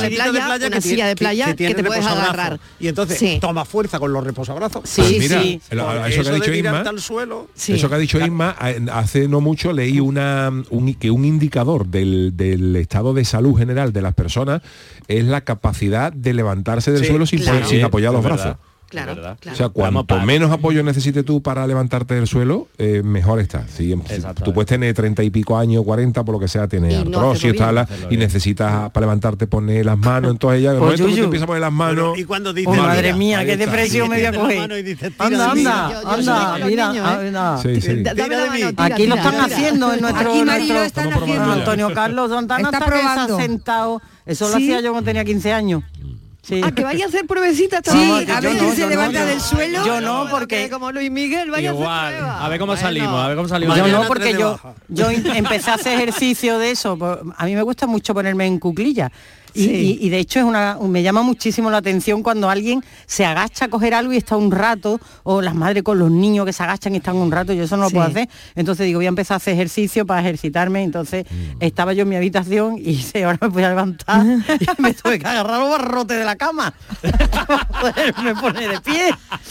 una que silla tiene- de playa que tiene te puedes reposabrazo. agarrar. Y entonces Sí. toma fuerza con los reposabrazos. Sí, Pues mira, sí. el- Por eso que ha de dicho mirarte Inma- al suelo. Eso que ha dicho Isma, a- hace no mucho leí una, un- que un indicador del, del estado de salud general de las personas es la capacidad de levantarse del Sí, suelo sin, claro. poner- sin Sí, apoyar es los verdad, brazos. es Claro, verdad. O sea, Vamos cuanto para- menos apoyo necesites tú para levantarte del suelo, eh, mejor estás. Si- tú puedes tener treinta y pico años, 40, por lo que sea, tienes Y no artrosis, hacerlo bien. tal, la- Hacerlo y necesitas para levantarte poner las manos en todas ellas. En el Pues, momento que tú Yuyu. empiezas a poner las manos... y cuando dice dices, madre mía, qué depresión depresión me voy a coger. Anda, anda, anda, mira, anda. Sí, sí. Aquí lo están haciendo en nuestro, Aquí Marilo nuestro están haciendo. Antonio Carlos Santana Está está, que está probando. sentado. Eso lo Sí. hacía yo cuando tenía 15 años. Sí. Ah, que vaya a hacer pruebecitas Sí, también. a ver si se levanta del suelo. Yo no, porque como Luis Miguel vaya a hacer Igual. pruebas. A ver cómo salimos, a ver cómo salimos. Yo no, porque yo, yo in- empecé a hacer ejercicio de eso. por- A mí me gusta mucho ponerme en cuclilla. Y, Sí. y- y de hecho es una, me llama muchísimo la atención cuando alguien se agacha a coger algo y está un rato, o las madres con los niños que se agachan y están un rato, yo eso no lo Sí. puedo hacer. Entonces digo, voy a empezar a hacer ejercicio para ejercitarme. Entonces Mm. estaba yo en mi habitación y dije, ahora me voy a levantar. y me tuve que agarrar los barrotes de la cama. me pone de pie.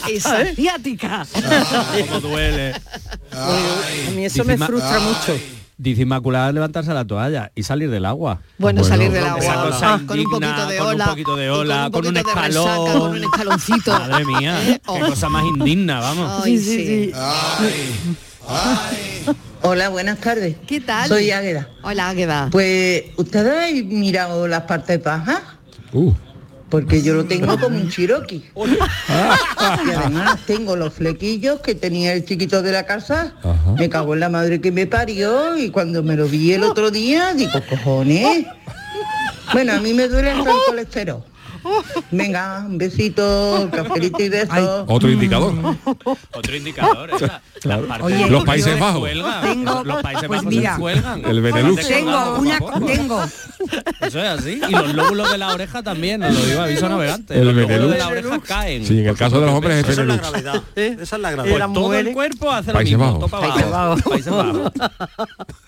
Esa ¿sabes? asiática. Cómo duele. A mí eso me frustra mucho. Dice Inmaculada levantarse a la toalla y salir del agua. Bueno, salir del agua, Esa cosa ah, con un indigna, poquito de con ola, un poquito de y con ola, un con un, poquito de resaca, escalón. con un escaloncito. Madre mía, Eh, qué oh. cosa más indigna, vamos. Ay, sí. Hola, buenas tardes. ¿Qué tal? Soy Águeda. Hola, Águeda. Pues, ¿ustedes habéis mirado las partes bajas? Uh. Porque yo lo tengo como un Cherokee. y además tengo los flequillos que tenía el chiquito de la casa. Me cagó en la madre que me parió y cuando me lo vi el otro día, digo, cojones. Bueno, a mí me duele hasta el colesterol. Venga, un besito, cafelito y besos. Otro indicador. Mm. Otro indicador. esa. Claro. Las Oye, partes- los ¿eh? Países Bajos. Cuelgan, Tengo- los Países pues Bajos mira, se cuelgan. el Benelux. Bastante Tengo colgado, una, por favor. tengo. Eso es así. Y los lóbulos de la oreja también, os lo digo aviso navegante. El los lóbulos de Benelux. la oreja caen. Sí, en el caso de los hombres es Esa es la Benelux. gravedad. Esa es la Pues gravedad. todo el cuerpo hace lo Países mismo, Bajos. topa abajo. Países Bajos.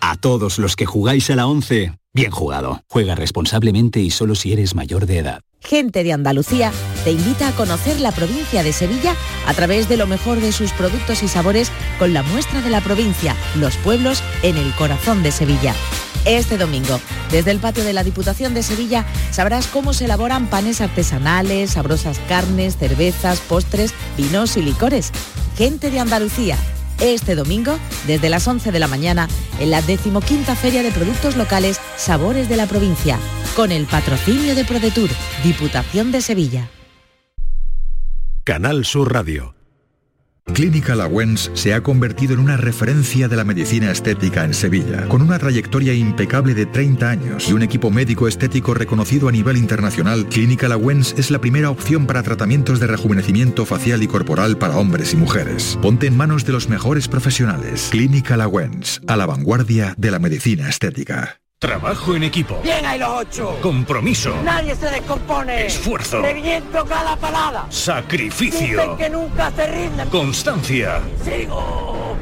A todos los que jugáis a la 11, bien jugado. Juega responsablemente y solo si eres mayor de edad. Gente de Andalucía te invita a conocer la provincia de Sevilla a través de lo mejor de sus productos y sabores con la muestra de la provincia, los pueblos en el corazón de Sevilla. Este domingo, desde el patio de la Diputación de Sevilla, sabrás cómo se elaboran panes artesanales, sabrosas carnes, cervezas, postres, vinos y licores. Gente de Andalucía, este domingo, desde las 11 de la mañana, en la decimoquinta Feria de Productos Locales Sabores de la Provincia, con el patrocinio de ProDetour, Diputación de Sevilla. Canal Sur Radio. Clínica Lawens se ha convertido en una referencia de la medicina estética en Sevilla, con una trayectoria impecable de 30 años y un equipo médico estético reconocido a nivel internacional. Clínica Lawens es la primera opción para tratamientos de rejuvenecimiento facial y corporal para hombres y mujeres. Ponte en manos de los mejores profesionales. Clínica Lawens, a la vanguardia de la medicina estética. Trabajo en equipo. Bien ahí los ocho. Compromiso. Nadie se descompone. Esfuerzo. Reviento cada parada. Dicen Sacrificio. que nunca se rinden. Constancia. Sigo.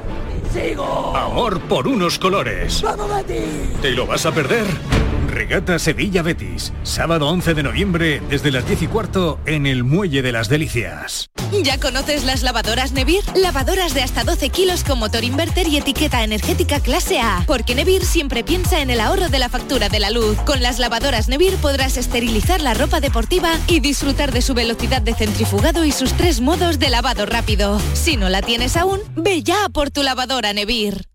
Sigo. Amor por unos colores. Vamos a ti. ¿Te lo vas a perder? Regata Sevilla Betis, sábado 11 de noviembre desde las 10 y cuarto en el Muelle de las Delicias. ¿Ya conoces las lavadoras Nevir? Lavadoras de hasta 12 kilos con motor inverter y etiqueta energética clase A. Porque Nevir siempre piensa en el ahorro de la factura de la luz. Con las lavadoras Nevir podrás esterilizar la ropa deportiva y disfrutar de su velocidad de centrifugado y sus tres modos de lavado rápido. Si no la tienes aún, ve ya a por tu lavadora Nevir.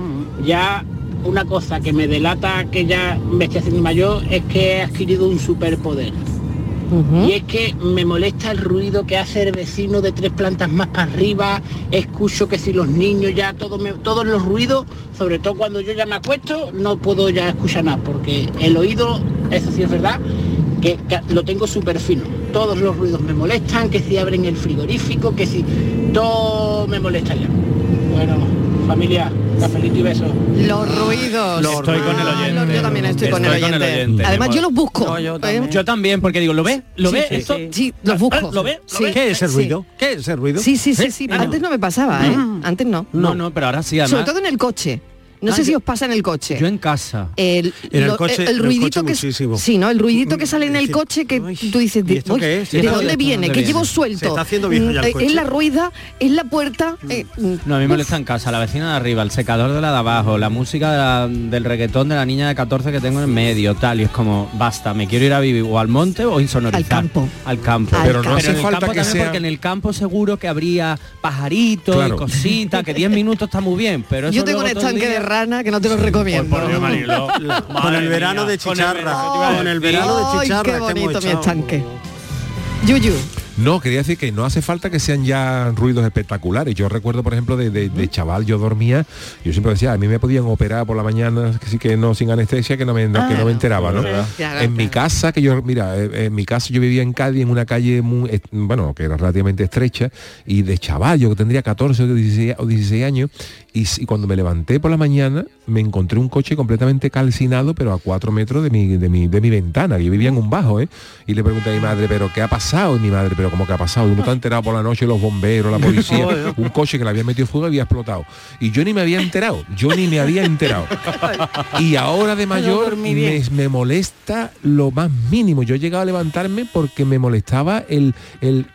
ya una cosa que me delata que ya me estoy haciendo mayor es que he adquirido un superpoder. ¿Mm? Y es que me molesta el ruido que hace el vecino de tres plantas más para arriba, escucho que si los niños ya, todo me- todos los ruidos, sobre todo cuando yo ya me acuesto, no puedo ya escuchar nada, porque el oído, eso sí es verdad, que, ca- lo tengo súper fino. Todos los ruidos me molestan, que si abren el frigorífico, que si todo me molesta ya. Bueno, familia, cafelito y besos. Los ruidos. Estoy con el oyente. yo también estoy, con, el Estoy con el oyente. oyente. Además yo los busco. Este yo también. Yo también, porque digo, ¿lo ve? ¿Lo Sí, ve? sí, ¿Esto? ah, sí. Sí, los busco. ¿Lo ve? ¿Lo Sí. ve? ¿Qué es el Sí. ruido? ¿Qué es el ruido? Sí, sí, ¿Eh? sí, sí. Ah, no. Antes no me pasaba, ¿eh? Mm. Antes no. No, no, pero ahora sí, además. Sobre todo en el coche. No Ah, sé si yo- os pasa en el coche. Yo en casa. el, En el lo- coche- en el ruidito coche que s- muchísimo. sí no el ruidito que sale en el coche que tú dices Mm, ¿y de, esto "Uy, qué es? ¿de ¿Y esto dónde qué- viene dónde que viene? llevo Se suelto está haciendo viejo ya el Mm, eh, coche. es la ruida es la puerta eh, mm, No, a mí me molesta en casa, la vecina de arriba, el secador de la de abajo, la música de la- del reggaetón de la niña de 14 que tengo en el medio, tal, y es como, basta, me quiero ir a vivir o al monte o insonorizar. Al campo. Al campo. Al Pero no campo. hace en el falta campo que también, sea- Porque en el campo seguro que habría pajaritos y Claro. cositas, que 10 minutos está muy bien, pero eso yo tengo un luego todo el estanque día- de rana que no te lo recomiendo Con el verano de chicharra. Con el verano de Ay, chicharra. qué que hemos bonito mi echado. estanque Yuyu No, quería decir que no hace falta que sean ya ruidos espectaculares. Yo recuerdo, por ejemplo, de, de- de chaval, yo dormía, yo siempre decía, a mí me podían operar por la mañana, que sí que no, sin anestesia, que no me, no- que no me enteraba, ¿no? Claro, en mi casa, que yo, mira, eh, en mi casa yo vivía en Cádiz, en una calle muy, eh, bueno, que era relativamente estrecha, y de chaval, yo tendría 14 o 16, o 16 años, y, s- y cuando me levanté por la mañana, me encontré un coche completamente calcinado, pero a 4 metros de mi, de mi, de mi ventana, que yo vivía en un bajo, ¿eh? Y le pregunté a mi madre, ¿pero qué ha pasado? Y mi madre, ¿pero cómo que ha pasado? Y uno está enterado por la noche, los bomberos, la policía, un coche que le había metido fuego y había explotado. Y yo ni me había enterado, yo ni me había enterado. Y ahora de mayor dormí me, bien. me molesta lo más mínimo. Yo he llegado a levantarme porque me molestaba el... el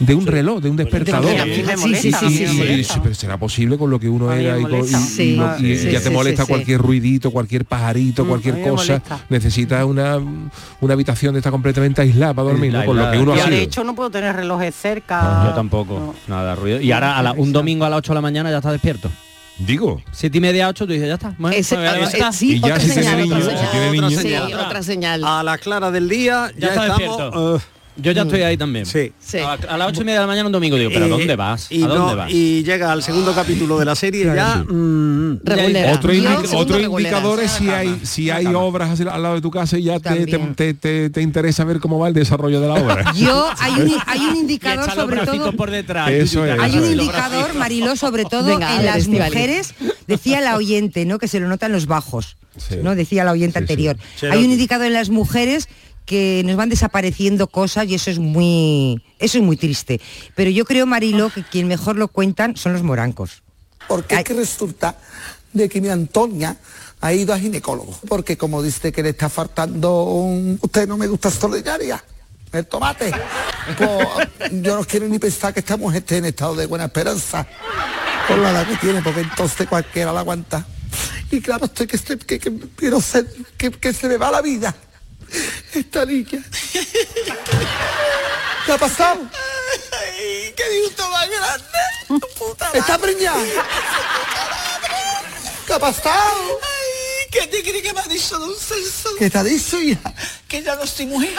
de un reloj, de un despertador. a mí me molesta, Y- a mí me y- y- molesta. pero será posible con lo que uno era y, con- y- molesta. y- Sí, y- y sí, ya te sí, molesta sí, sí. cualquier ruidito, cualquier pajarito, a cualquier mí me cosa. molesta. Necesitas una, una habitación de esta completamente aislada para dormir, ¿no? Con lo que uno Ah, Y ha de sido. hecho no puedo tener relojes cerca. Yo tampoco, nada, ruido. Y ahora a la- un domingo a las 8 de la mañana ya está despierto. Digo. Siete y media, ocho, tú dices, ya está. bueno, Ese- me voy a eh, levantar. sí, Y ya otra si tiene señal, otra niños, si tiene Otra niños. señal. otra señal A la clara del día ya, está estamos eh, Yo ya estoy ahí también. Sí. A, a las ocho mm. y media de la mañana un domingo digo, ¿pero a Eh, dónde vas? Y, ¿A dónde no- vas? y llega al segundo capítulo de la serie Claro, ya. sí. mm, Regulera. Ah, Otro, Yo, indi- segundo otro regulera. indicador es si Cama, hay, si hay obras así al lado de tu casa y ya te, te, También. te- te- te interesa ver cómo va el desarrollo de la obra. Yo, hay un, hay un indicador Echa los sobre bracitos todo... por detrás. Eso Yuyu, es. ya, Hay un los indicador, bracitos. Mariló, sobre todo Venga, a en ver, las Estíbaliz. mujeres, decía la oyente, ¿no? Que se lo notan los bajos, ¿no? Decía la oyente anterior. Se Hay un nota. indicador en las mujeres que nos van desapareciendo cosas y eso es muy eso es muy triste. Pero yo creo, Mariló, que quien mejor lo cuentan son los morancos. Porque es que resulta de que mi Antonia ha ido a ginecólogo. Porque como dice que le está faltando un... Usted no me gusta solidaria. El tomate. Pues, yo no quiero ni pensar que esta mujer esté en estado de buena esperanza. Por la edad que tiene, porque entonces cualquiera la aguanta. Y claro, estoy que, estoy- que, que quiero ser- que- que se me va la vida. Esta niña. ¿Qué ha pasado? ¡Qué disgusto más grande! ¡Está preñada! ¿Qué ha pasado? ¿Qué te crees que me ha dicho don Celso? ¿Qué te ha dicho, hija? Que ya no soy mujer.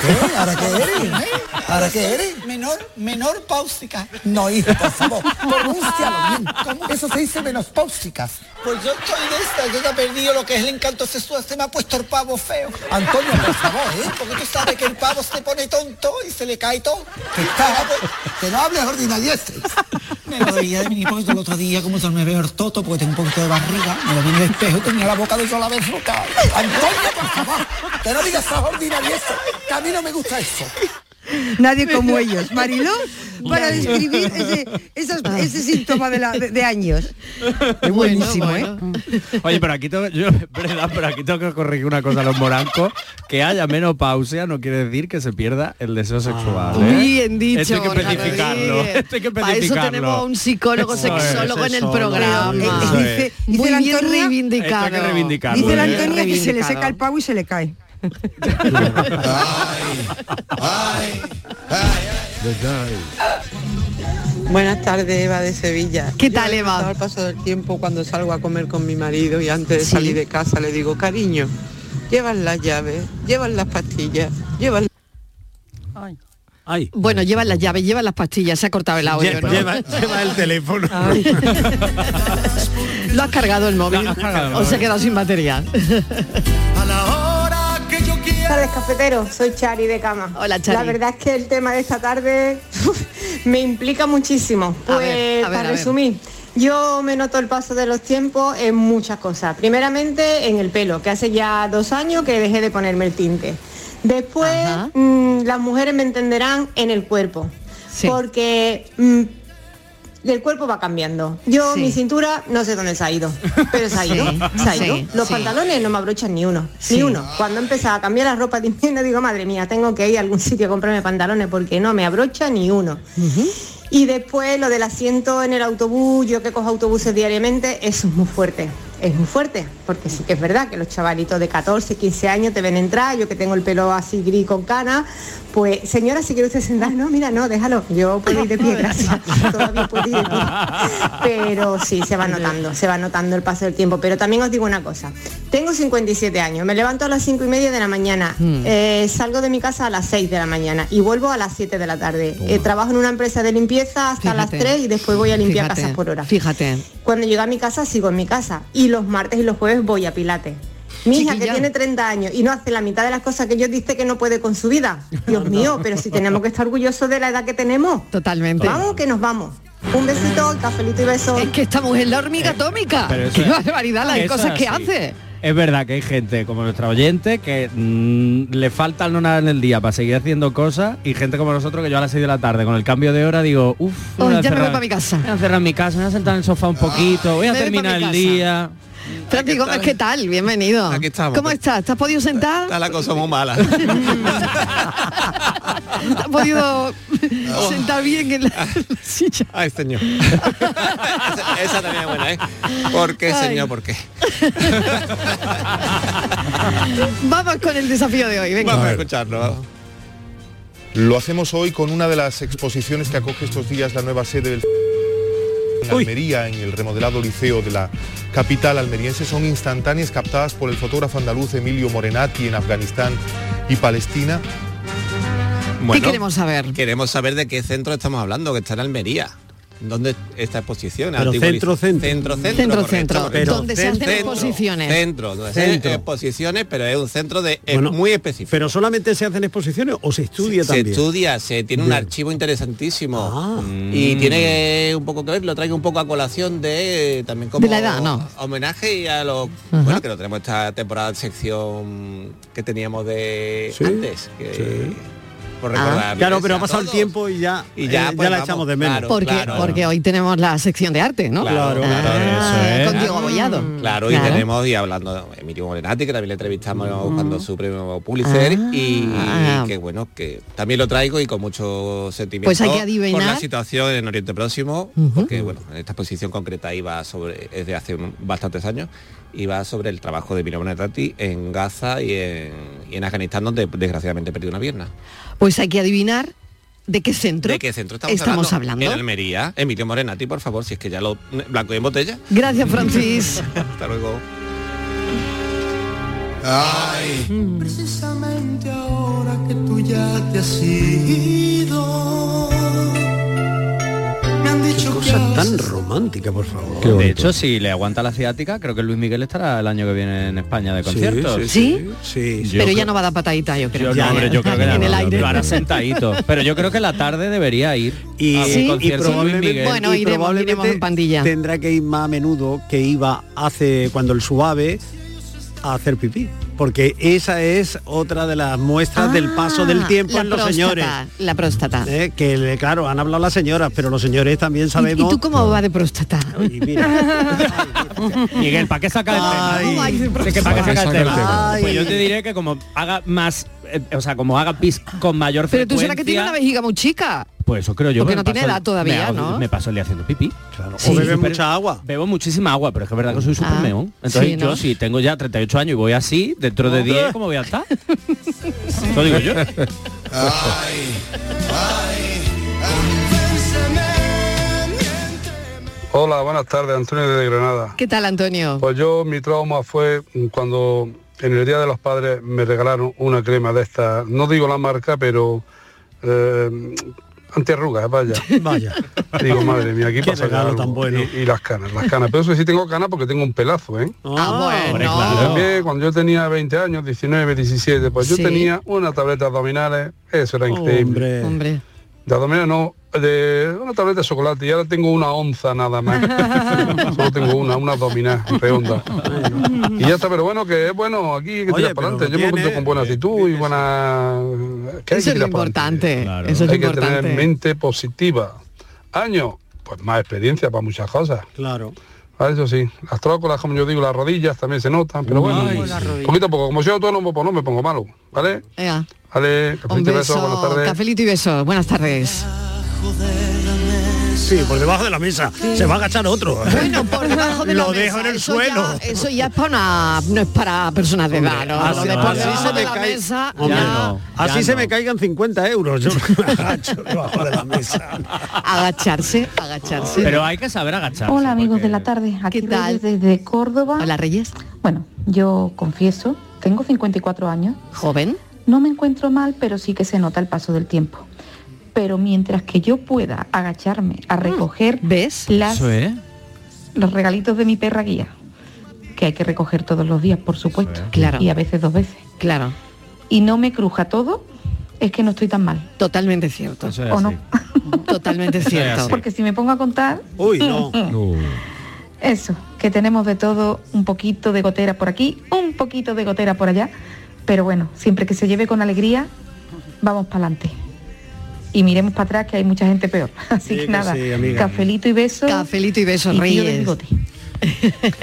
¿Qué? ¿Ahora qué eres? ¿Ahora qué eres? Menor, menor páusica. No, hija, por favor, pronúncialo bien. Eso se dice menos póxicas. Pues yo estoy de esta, yo ya he perdido lo que es el encanto sexual, se me ha puesto el pavo feo. Antonio, por favor, ¿eh? Porque tú sabes que el pavo se pone tonto y se le cae todo. pues- Que, está- que no hables ordinarieses. Me reía de mi esposo el otro día, como se me veo el toto, porque tengo un poquito de barriga. Me lo vi en el espejo y tenía la boca de sola vez boca. Antonio, por favor, que no digas esas ordinarieses, que a mí no me gusta eso. Nadie como ellos. Mariló, para Nadie. describir ese, esos- ese síntoma de, la- de- de años. Es Bueno, buenísimo, bueno. ¿eh? Oye, pero aquí tengo, yo, verdad, pero aquí tengo que corregir una cosa a los morancos. Que haya menopausia no quiere decir que se pierda el deseo sexual. ¿eh? Bien dicho. Esto hay que Borja especificarlo. Rodríguez. Esto hay que Para eso especificarlo. tenemos a un psicólogo Eso es, sexólogo en el sexólogo. programa. Eh, Eso es. Muy bien reivindicado. Esto hay que reivindicarlo, Dice la ¿eh? Antonia que se le seca el pavo y se le cae. Buenas tardes, Eva de Sevilla. ¿Qué tal, Yo he Eva? notado Al paso del tiempo, cuando salgo a comer con mi marido y antes de Sí. salir de casa le digo, cariño, llevas las llaves, llevas las pastillas, llevas... Bueno, llevan las llaves, llevan las pastillas, se ha cortado el audio, ¿no? el teléfono. Lo has cargado el móvil. cargado el o se ha quedado sin batería. Buenas tardes, cafeteros. Soy Chari de Cama. Hola, Chari. La verdad es que el tema de esta tarde me implica muchísimo. A Pues, ver, a ver, a para ver. resumir, yo me noto el paso de los tiempos en muchas cosas. Primeramente, en el pelo, que hace ya dos años que dejé de ponerme el tinte. Después, mm, las mujeres me entenderán en el cuerpo. Porque mm, el cuerpo va cambiando. Yo, Sí. mi cintura, no sé dónde se ha ido, pero se ha ido, Sí, se ha ido. sí, Los sí. pantalones no me abrochan ni uno, Sí. ni uno. Cuando empezaba a cambiar la ropa de invierno, digo, madre mía, tengo que ir a algún sitio a comprarme pantalones porque no me abrocha ni uno. Y después lo del asiento en el autobús, yo que cojo autobuses diariamente, eso es muy fuerte. Es muy fuerte, porque sí que es verdad que los chavalitos de 14, 15 años te ven entrar, yo que tengo el pelo así gris con cana, pues señora, si quiere usted sentar, no, mira, no, déjalo, yo puedo ir de pie, gracias, todavía puedo ir de pie. Pero sí, se va notando, se va notando el paso del tiempo. Pero también os digo una cosa, tengo 57 años, me levanto a las 5 y media de la mañana, Mm. eh, salgo de mi casa a las 6 de la mañana y vuelvo a las 7 de la tarde. Eh, trabajo en una empresa de limpieza hasta Fíjate. las 3 y después voy a limpiar Fíjate, casas por hora. Fíjate. Cuando llego a mi casa sigo en mi casa y los martes y los jueves voy a Pilates. Mi hija que tiene 30 años y no hace la mitad de las cosas que yo dice que no puede con su vida. Dios mío, pero si tenemos que estar orgullosos de la edad que tenemos. Totalmente. Vamos que nos vamos. Un besito, cafelito y beso. Es que esta mujer la hormiga atómica. pero eso Qué es- barbaridad las eso cosas es que así. hace. Es verdad que hay gente como nuestra oyente que mm, le falta no nada en el día para seguir haciendo cosas y gente como nosotros que yo a las 6 de la tarde con el cambio de hora digo, uff, Hoy ya me voy para mi casa. Ah. Voy a cerrar mi casa, me voy a sentar en el sofá un poquito, voy a Me voy pa' terminar mi el casa. día. Francis Gómez, ¿qué tal? Bienvenido. Aquí estamos. ¿Cómo estás? ¿Te has podido sentar? Está la cosa muy mala. ¿Te has podido sentar bien en la silla? Ay, señor. esa, esa también es buena, ¿eh? ¿Por qué, Ay. señor? ¿Por qué? Vamos con el desafío de hoy. Venga. Vamos a escucharlo. Lo hacemos hoy con una de las exposiciones que acoge estos días la nueva sede del en Almería, en el remodelado liceo de la capital almeriense, son instantáneas captadas por el fotógrafo andaluz Emilio Morenati en Afganistán y Palestina ¿Qué queremos saber? Queremos saber de qué centro estamos hablando, que está en Almería. ¿Dónde esta exposición? Pero Antigua- centro, centro. Centro, centro. Centro, correcto, centro, correcto. donde se hacen Centro, exposiciones. Centro, donde se hacen Centro. exposiciones, pero es un centro de es muy específico. Pero solamente se hacen exposiciones o se estudia Se también. estudia, se tiene un Bien. Ah. archivo interesantísimo Mm. y tiene un poco que ver, lo traigo un poco a colación de eh, también como De la edad, ¿no? homenaje y a los bueno que lo tenemos esta temporada de sección que teníamos de antes que, por Ah. recordar claro, pero a ha pasado el todos. tiempo y ya, Y ya, eh, pues, la vamos, echamos de menos. claro, Porque, porque hoy tenemos la sección de arte, ¿no? Claro, Ah, claro, eso es. Con Diego Bollado. Claro, y tenemos, y hablando de Emilio Morenati, que también le entrevistamos cuando su premio Pulitzer, y, Ah. que bueno, que también lo traigo y con mucho sentimiento Pues hay que por la adivinar. situación en Oriente Próximo, porque bueno, en esta exposición concreta iba sobre, es de hace un- bastantes años, iba sobre el trabajo de Emilio Morenati en Gaza y en, y en Afganistán, donde desgraciadamente perdió una pierna. Pues hay que adivinar de qué centro, ¿De qué centro estamos, hablando. En Almería. Emilio Morenati, por favor, si es que ya lo... Blanco y en botella. Gracias, Francis. Hasta luego. Mm. Precisamente ahora que tú ya te has ido. Me han dicho que Cosa tan haces- romántica, por favor. de hecho, si le aguanta la ciática, creo que Luis Miguel estará el año que viene en España de Sí, conciertos. sí, sí, sí. Yo Pero ya creo- no va a dar patadita, yo creo. Yo no, hombre, yo creo que en la- el aire. lo hará sentadito. Pero yo creo que la tarde debería ir y, Ah, a un Sí, concierto y de Luis probablemente- Miguel. Bueno, y iremos, probablemente iremos en pandilla. Tendrá que ir más a menudo que iba hace cuando el suave a hacer pipí. Porque esa es otra de las muestras del paso del tiempo Ah, la en los próstata, señores. La próstata. Eh, que le- claro, han hablado las señoras, pero los señores también sabemos. ¿Y tú cómo va de próstata? Miguel, ¿para qué saca el tema? Ay. ¿Cómo vais de Sí, que ¿Para qué saca próstata? el ¿Para qué saca el tema? tema? Pues yo Ay. te diré que como haga más, eh, o sea, como haga pis con mayor Pero tú frecuencia... serás que tienes una vejiga muy chica. Pues eso creo yo. Porque me no tiene paso el- edad todavía, me hago- ¿no? Me paso el día haciendo pipí. Claro. Sí. bebe mucha agua. Bebo muchísima agua, pero es que es verdad que soy súper Ah. meón. Entonces Sí, yo ¿no? si tengo ya 38 años y voy así, dentro de 10, ¿cómo voy a estar? Eso digo yo. Hola, buenas tardes, Antonio de Granada. ¿Qué tal, Antonio? Pues yo, mi trauma fue cuando en el Día de los Padres me regalaron una crema de esta, no digo la marca, pero eh, antiarrugas, vaya. Vaya. Digo, madre mía, aquí Qué pasa regalo algo. tan bueno. Y, y las canas, las canas. Pero eso sí tengo canas porque tengo un pelazo, ¿eh? Ah, Hombre, También cuando yo tenía 20 años, 19, 17, pues Sí. yo tenía una tableta de abdominales, eso era increíble. Hombre. De abdominales no, de una tableta de chocolate y ahora tengo una onza nada más. Solo tengo una, una abdominal redonda. Y ya está, pero bueno, que es bueno, aquí hay que tirar para adelante. Yo me encuentro con buena actitud y buena... que hay Eso es que lo tirar pa'lante. importante. Eso es lo Hay que tener importante. mente positiva. Años, pues más experiencia para muchas cosas. Claro. Ah, eso sí, las trócolas, como yo digo, las rodillas también se notan, pero bueno, Uy, las rodillas. poquito a poco, como soy autónomo, pues no me pongo malo, ¿vale? Venga, Vale, cafelito y un besos, buenas beso, tardes. cafelito y beso. Buenas tardes. Sí, por debajo de la mesa. Se va a agachar otro. Bueno, por debajo de la Lo mesa, dejo en el eso suelo. ah, Ya, eso ya es para una- no es para personas de edad, ¿no? Lo así de por así debajo se de me la cae- mesa, Hombre, ya. no. Así se me caigan 50 euros. Yo me agacho debajo de la mesa. agacharse, agacharse. Pero hay que saber agacharse. Hola amigos de la tarde, aquí Reyes desde Córdoba. Hola Reyes. Bueno, yo confieso, tengo 54 años. Joven. No me encuentro mal, pero sí que se nota el paso del tiempo. Pero mientras que yo pueda agacharme Mm, a recoger Las, Eso es. los regalitos de mi perra guía, que hay que recoger todos los días, por supuesto, Claro. y a veces dos veces, Claro. y no me cruja todo, es que no estoy tan mal. Totalmente cierto. es ¿O así. Totalmente Eso es cierto. así. Porque si me pongo a contar... Uy, no. Eso, que tenemos de todo, un poquito de gotera por aquí, un poquito de gotera por allá, pero bueno, siempre que se lleve con alegría, vamos para adelante. Y miremos para atrás que hay mucha gente peor. Así que que nada, sí, amiga. cafelito y besos. Cafelito y besos, y tío del Reyes. bigote.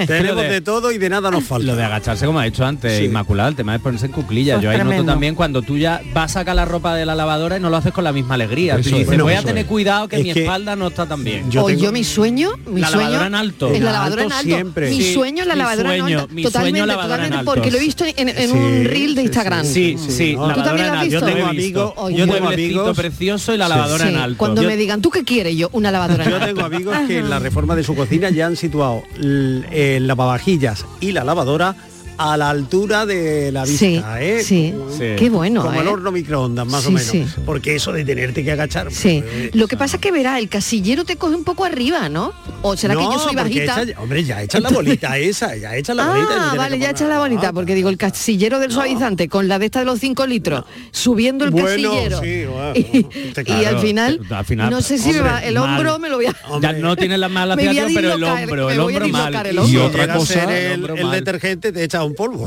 Tenemos de todo y de nada nos falta. Lo de agacharse, como ha dicho antes, Inmaculada, el tema de ponerse en cuclillas. Eso Yo es ahí noto tremendo. también cuando tú ya vas a sacar la ropa de la lavadora y no lo haces con la misma alegría. Eso Tú es. dices, Bueno, voy a eso tener es. cuidado que Es mi que espalda no está tan bien. o yo mi sueño, mi La sueño. lavadora en alto. En la lavadora en Alto alto. siempre. Mi Sí. sueño en la Mi lavadora en sueño, alto. mi sueño, totalmente, lavadora en totalmente, alto. porque lo he visto en, en Sí, un reel de sí, Instagram. Sí, sí, sí, ¿Tú también lo has visto? Yo tengo amigos, yo tengo amigos precioso y la lavadora Sí, en alto. Cuando Yo- me digan, ¿tú qué quieres yo? Una lavadora en Yo alto. tengo amigos que en la reforma de su cocina ya han situado l- el lavavajillas y la lavadora a la altura de la vista, Sí, ¿eh? sí. Sí. Qué bueno, Como ¿eh? el horno microondas, más o Sí, menos. sí. Porque eso de tenerte que agachar. Sí, pues, lo que pasa es que verá, el casillero te coge un poco arriba, ¿no? ¿O será que yo soy porque bajita? echa- hombre, ya echa la bolita esa, ya echa la bolita. y no Ah, tiene vale, que ya echa la bonita, porque digo, el casillero del suavizante con la de esta de los 5 litros, subiendo el Bueno, casillero. sí, bueno, y, te- y Claro, al, final, te- al final, no sé si me hombre, va- el mal. hombro me lo voy a... Ya no tiene las malas Me voy a teatro, pero el dislocar, hombro, me el voy a hombro mal. dislocar Y el Y hombro. otra llega a ser cosa, el, hombro el mal. detergente te echa un polvo.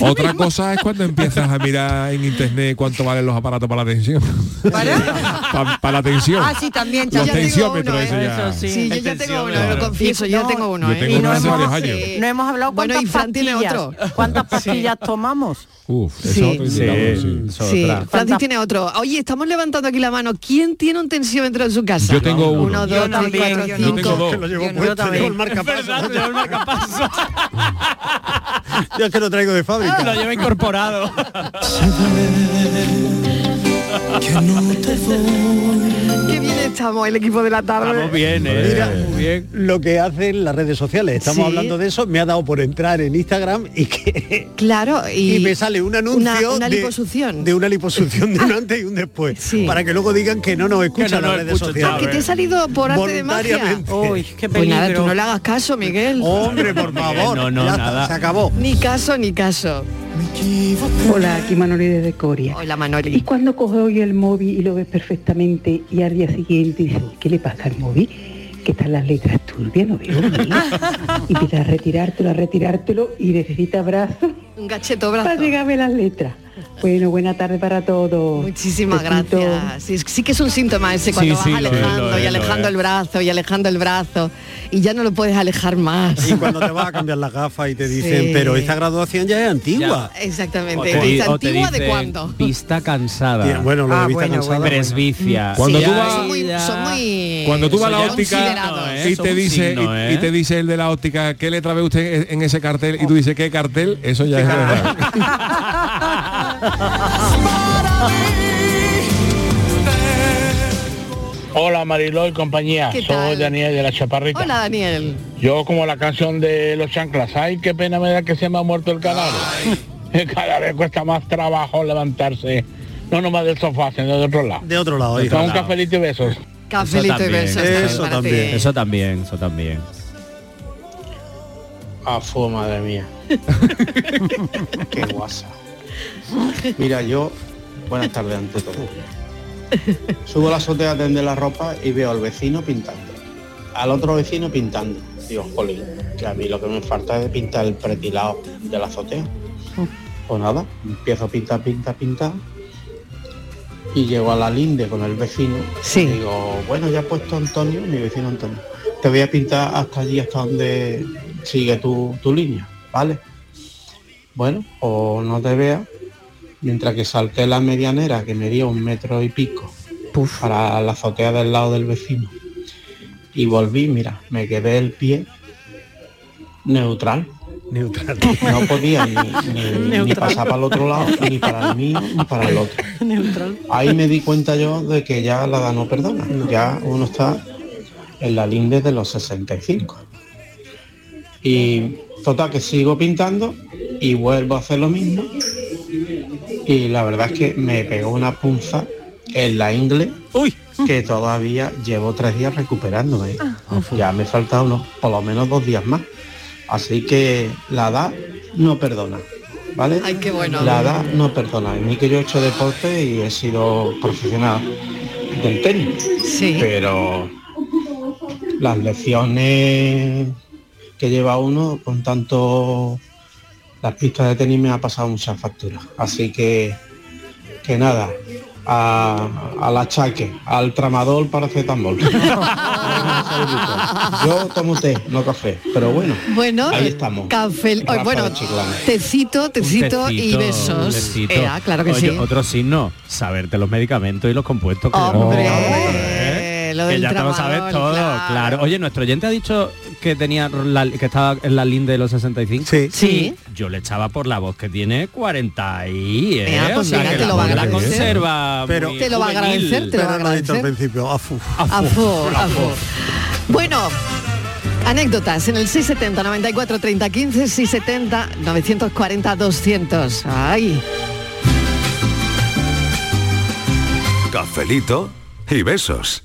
Otra cosa es cuando empiezas a mirar en internet cuánto valen los aparatos para la tensión. ¿Para? para la tensión. Ah, sí, también, Los chaval. tensiómetros, eso ¿eh? ya. Sí, yo ya tengo uno, lo confieso, yo ya tengo uno. Yo ¿eh? tengo Y uno no hace hemos- varios años. sí. No hemos hablado Bueno, cuántas y Fran tiene pastillas, otro. cuántas pastillas tomamos. Uf, eso Sí. es otro indicador, sí. Sí, Francis tiene otro. Oye, estamos levantando aquí la mano. ¿Quién tiene un tensiómetro en su casa? Yo tengo uno. Uno, dos, Yo tres, también, cuatro, yo cinco. tengo dos. Que lo llevo puesto, llevo el marcapasos. Yo es que lo traigo de fábrica. Lo lleva incorporado. Qué bien estamos el equipo de la tarde. bien, ¿eh? Mira, lo que hacen las redes sociales. Estamos Sí. hablando de eso. Me ha dado por entrar en Instagram y que Claro, y, y, me sale un anuncio una, una de- liposucción. De, una liposucción de un antes y un después. Para que luego digan que no nos escuchan nos las redes escuchan, sociales. Ah, que te he salido por arte de magia. Voluntariamente. Uy, qué Pues nada, tú peligro. no le hagas caso, Miguel. Hombre, por favor. No, no, Ya está, nada. Se acabó. Ni caso, ni caso. Hola, aquí Manoli desde Coria. Hola, Manoli. Y cuando coge hoy el móvil y lo ves perfectamente y al día siguiente dices, ¿qué le pasa al móvil? Que están las letras turbias, no veo bien. Y empiezas a retirártelo, a retirártelo y necesita brazos Un gacheto para brazo. llegarme las letras. Bueno, buena tarde para todos. Muchísimas Besito. gracias. Sí, sí que es un síntoma ese cuando Sí, vas sí, lo es, alejando lo y es, alejando lo el brazo y alejando el brazo y ya no lo puedes alejar más. Y cuando te vas a cambiar las gafas y te dicen, Sí. pero esta graduación ya es antigua. Exactamente. O te di- ¿Es o te antigua de dicen- cuándo? Vista cansada. Bien, bueno, lo de Ah, vista bueno, cansada, bueno. Presbicia. Cuando tú vas- Son muy, son muy Cuando tú vas a la son óptica considerados. ¿eh? y te dice y- y, te dice el de la óptica qué letra ve usted en, en ese cartel y tú dices qué cartel, eso ya es de verdad. Hola Mariló y compañía, ¿Qué soy tal? Daniel de la Chaparrita. Hola, Daniel. Yo como la canción de los chanclas, ay qué pena me da que se me ha muerto el cadáver. Cada vez cuesta más trabajo levantarse, no nomás del sofá, sino de otro lado. De otro lado, Con hija. un cafelito y besos. Cafelito y besos también para ti. Eso también, eso también. Ah, fu, madre mía. Qué guasa. Mira, yo, buenas tardes ante todo. Subo a la azotea a tender la ropa y veo al vecino pintando. Al otro vecino pintando. Dios, jolín, que a mí lo que me falta es pintar el pretilado de la azotea. Pues nada, empiezo a pintar, pintar, pintar. Y llego a la linde con el vecino. Y digo, bueno, ya ha puesto Antonio, mi vecino Antonio. Te voy a pintar hasta allí, hasta donde sigue tu, tu línea, ¿vale? Bueno, o no te vea, mientras que salté la medianera, que medía un metro y pico, para la azotea del lado del vecino. Y volví, mira, me quedé el pie neutral. Neutral. No podía ni, ni- ni Neutral. pasar para el otro lado, ni para el mío, ni para el otro. Ahí me di cuenta yo de que ya la ganó perdona. Ya uno está en la linde de los 65. Y total que sigo pintando y vuelvo a hacer lo mismo. Y la verdad es que me pegó una punza en la ingle que todavía llevo tres días recuperándome. Ya me faltan unos, por lo menos dos días más. Así que la edad no perdona. ¿Vale? Ay, qué bueno. La edad no perdona. A mí que yo he hecho deporte y he sido profesional del tenis. Sí. Pero las lecciones que lleva uno con tanto las pistas de tenis me ha pasado muchas facturas. Así que que nada, a- al achaque, al tramador paracetamol. Yo tomo té, no café, pero bueno. Bueno, ahí estamos. café, Rafa de bueno, Chiclana. tecito, tecito y besos. Ea, claro que Oye, sí. Otro signo, saberte los medicamentos y los compuestos que Hombre, ¿eh? lo que del ya te lo sabes tramadol, todo, claro. claro. Oye, nuestro oyente ha dicho que tenía la- que estaba en la linde de los 65. Sí. Sí. Yo le echaba por la voz que tiene 40 y ¿eh? Ea, pues o sea, mira, que te la lo va a voz la agradecer. conserva. Pero- muy Te lo va a juvenil. agradecer, te lo va a Pero lo he dicho al agradecer. principio, afu. Afu, afu. Bueno, Anécdotas en el 670 94 30 15 670 940 200. Ay. Cafelito y besos.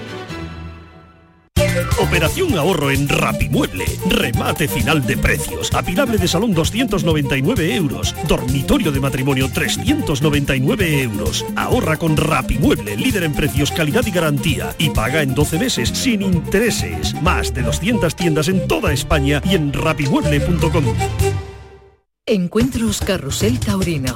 Operación ahorro en Rapimueble. Remate final de precios. Apilable de salón 299 euros. Dormitorio de matrimonio 399 euros. Ahorra con Rapimueble, líder en precios, calidad y garantía. Y paga en 12 meses sin intereses. Más de 200 tiendas en toda España y en rapimueble.com. Encuentros Carrusel Taurino.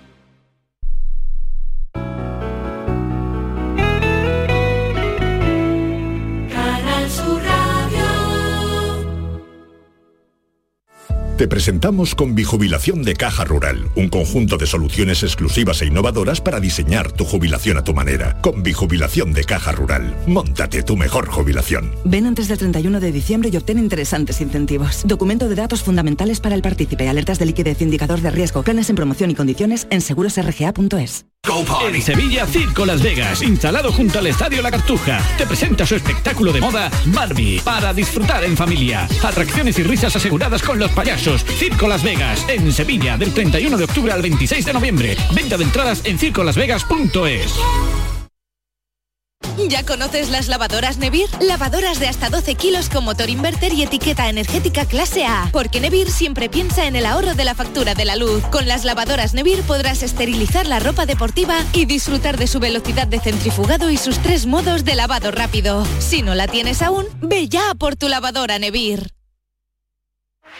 Te presentamos con Bijubilación de Caja Rural, un conjunto de soluciones exclusivas e innovadoras para diseñar tu jubilación a tu manera. Con Bijubilación de Caja Rural, montate tu mejor jubilación. Ven antes del 31 de diciembre y obtén interesantes incentivos. Documento de datos fundamentales para el partícipe, alertas de liquidez, indicador de riesgo, planes en promoción y condiciones en segurosrga.es. En Sevilla, Circo Las Vegas, instalado junto al Estadio La Cartuja, te presenta su espectáculo de moda Barbie, para disfrutar en familia. Atracciones y risas aseguradas con los payasos. Circo Las Vegas, en Sevilla, del 31 de octubre al 26 de noviembre. Venta de entradas en circolasvegas.es. ¿Ya conoces las lavadoras Nevir? Lavadoras de hasta 12 kilos con motor inverter y etiqueta energética clase A. Porque Nevir siempre piensa en el ahorro de la factura de la luz. Con las lavadoras Nevir podrás esterilizar la ropa deportiva y disfrutar de su velocidad de centrifugado y sus tres modos de lavado rápido. Si no la tienes aún, ve ya por tu lavadora Nevir.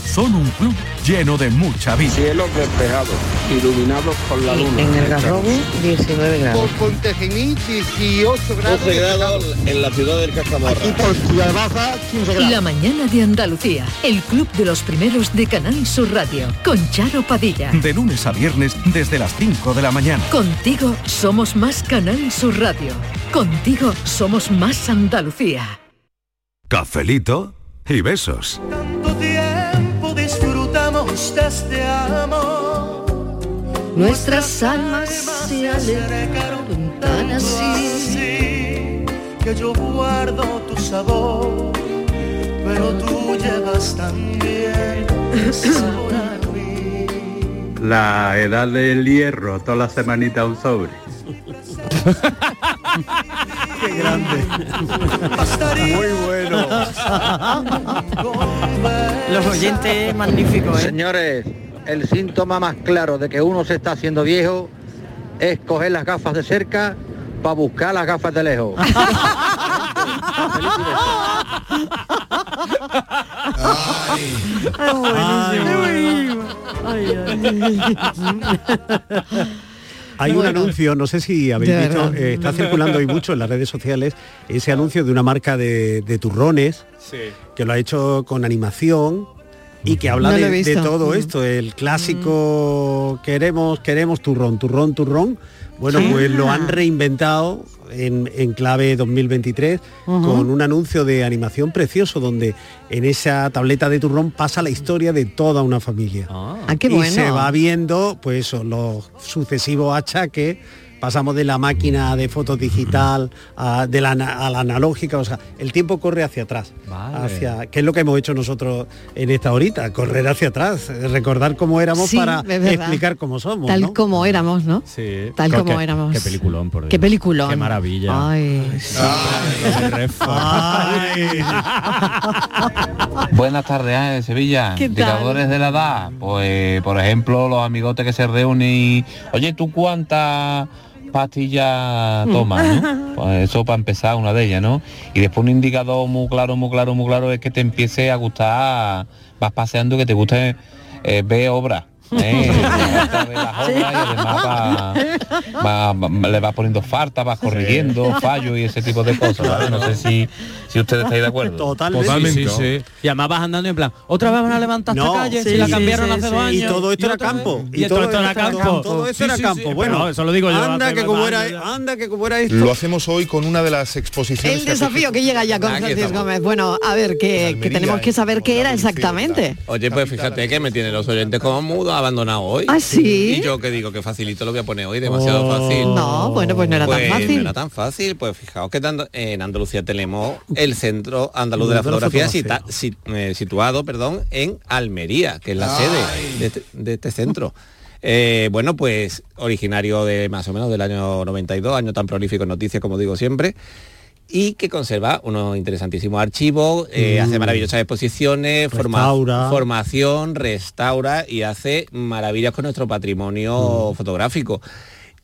Son un club lleno de mucha vida. Cielos despejados, iluminados por la luna. En el Garrobo, 19 grados. Por Pontejení, 18 grados. 12 grados en la ciudad del Castamarra. Aquí por Ciudad Baja, 15 grados. La mañana de Andalucía, el club de los primeros de Canal Sur Radio, con Charo Padilla. De lunes a viernes, desde las 5 de la mañana. Contigo somos más Canal Sur Radio. Contigo somos más Andalucía. Cafelito y besos. Este amor. Nuestras almas se alegraron tan así que yo guardo tu sabor, pero tú llevas también sabor a mí. La edad del hierro, toda la semanita un sobre. Qué grande. Muy bueno. Los oyentes magníficos. ¿eh? Señores, el síntoma más claro de que uno se está haciendo viejo es coger las gafas de cerca para buscar las gafas de lejos. Ay. Es buenísimo. Ay, ay. Hay un anuncio, no sé si habéis De visto, verdad. eh, está circulando hoy mucho en las redes sociales ese anuncio de una marca de, de turrones que lo ha hecho con animación y que habla No lo de, he de visto. todo Mm. esto, el clásico queremos, queremos turrón, turrón, turrón. Bueno, Sí. Ah. pues lo han reinventado en, en clave 2023 Ujú. con un anuncio de animación precioso donde en esa tableta de turrón pasa la historia de toda una familia. Ah, qué Y se bueno. va viendo pues eso, los sucesivos achaques pasamos de la máquina de fotos digital a, de la, ana- a la analógica, o sea, el tiempo corre hacia atrás, hacia, que es lo que hemos hecho nosotros en esta horita, correr hacia atrás, eh, recordar cómo éramos Sí, para es verdad. explicar cómo somos. Tal ¿no? como éramos, ¿no? Sí. Tal Qué- como qué- éramos. qué peliculón, por Qué Dios. peliculón. Qué maravilla. Ay, Buenas tardes, Ángel de Sevilla. ¿Qué tal? Indicadores de la edad. Pues, por ejemplo, los amigotes que se reúnen y... Oye, ¿tú cuántas pastillas Mm. tomas? no?". Pues eso para empezar, una de ellas, ¿no? Y después un indicador muy claro, muy claro, muy claro es que te empiece a gustar, vas paseando, que te guste eh, ver obras. ¿eh? Va- va- va- le vas poniendo falta, vas corrigiendo, fallos y ese tipo de cosas. ¿vale? No sé si, si ustedes estáis de acuerdo. Totalmente. Totalmente. Sí, sí, sí. Y además vas andando y en plan, otra vez van a levantar No, esta calle, sí, si la sí, cambiaron sí, hace sí. dos años. Y todo esto era otra vez. campo. Y, todo, esto era campo. Todo esto Sí, era sí, campo. sí, pero bueno, no, eso lo digo yo. Anda hace que más como años era, ya. anda que como era esto. Lo hacemos hoy con una de las exposiciones. el que ha desafío que llega ya con Aquí Francis estamos. Gómez. Bueno, a ver, que, que tenemos que saber qué era exactamente. Oye, pues fíjate que me tienen los oyentes como mudo, abandonado hoy. ¿Ah, sí? Y yo que digo que facilito lo voy a poner hoy, demasiado fácil. No, bueno, pues no era tan Pues fácil. No era tan fácil, pues fijaos que tan- en Andalucía tenemos el Centro Andaluz de la Centro de la Fotografía sita- si- eh, situado perdón, en Almería, que es la sede de este, de este centro. Eh, bueno, pues originario de más o menos del año 92, año tan prolífico en noticias como digo siempre, y que conserva unos interesantísimos archivos, eh, Mm. hace maravillosas exposiciones, forma- Restaura. formación, restaura y hace maravillas con nuestro patrimonio fotográfico.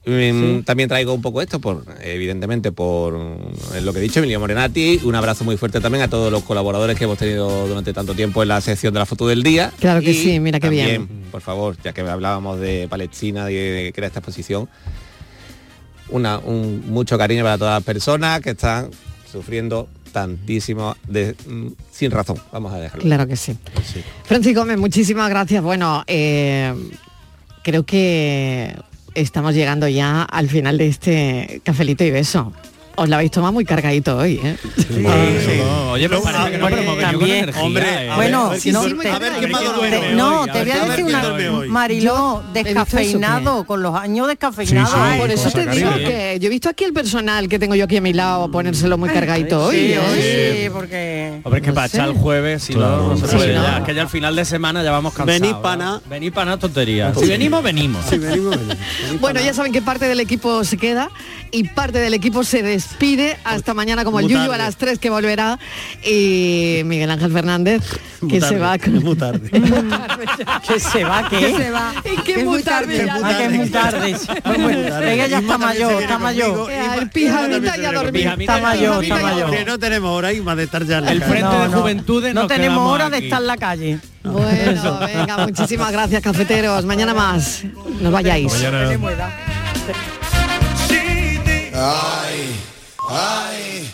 Mm, También traigo un poco esto, por, evidentemente, por mm, lo que he dicho, Emilio Morenati. Un abrazo muy fuerte también a todos los colaboradores que hemos tenido durante tanto tiempo en la sección de la foto del día. Claro que Y sí, mira qué bien. también, Por favor, ya que hablábamos de Palestina, de, de que era esta exposición, una, un mucho cariño para todas las personas que están sufriendo tantísimo de, mm, sin razón. Vamos a dejarlo. Claro que sí. Sí. Francis Gómez, muchísimas gracias. Bueno, eh, creo que estamos llegando ya al final de este cafelito y beso. Os la habéis tomado muy cargadito hoy, ¿eh? No, oye, pero parece que no, pero me veo con También, energía, eh. bueno, no, sí, te- a ver te- quién va a dormir te- hoy, no, a te ver voy a quién decir duerme una hoy. Mariló, he visto eso, descafeinado, ¿eh? con los años descafeinados. por eso te digo que yo he visto aquí el personal que tengo yo aquí a mi lado ponérselo muy cargadito hoy. Sí, ¿eh? hoy Sí. sí, porque... Hombre, es que para echar el jueves, si no, no se puede ya. Es que ya al final de semana ya vamos cansados. Venid ¿no? pana. Venid pana tontería. Si venimos, venimos. Si venimos, venimos. Bueno, ya saben que parte del equipo se queda y parte del equipo se despide hasta mañana como el Pues, muy Yuyu a tarde. las 3 que volverá y Miguel Ángel Fernández Muy que tarde, se va es muy tarde. Que se va, ¿qué? Que se va. Y que es muy tarde ya. Ah, que es muy tarde. Bueno, Ella ya está mayor, está mayor. El pijamita ya dormí. Está mayor, está mayor. Que no tenemos hora y más de estar ya en la El calle. Frente No, de no. Juventudes No nos tenemos quedamos hora de aquí. estar en la calle. Bueno, venga, muchísimas gracias, cafeteros. Mañana más. No vayáis. Ay, ay,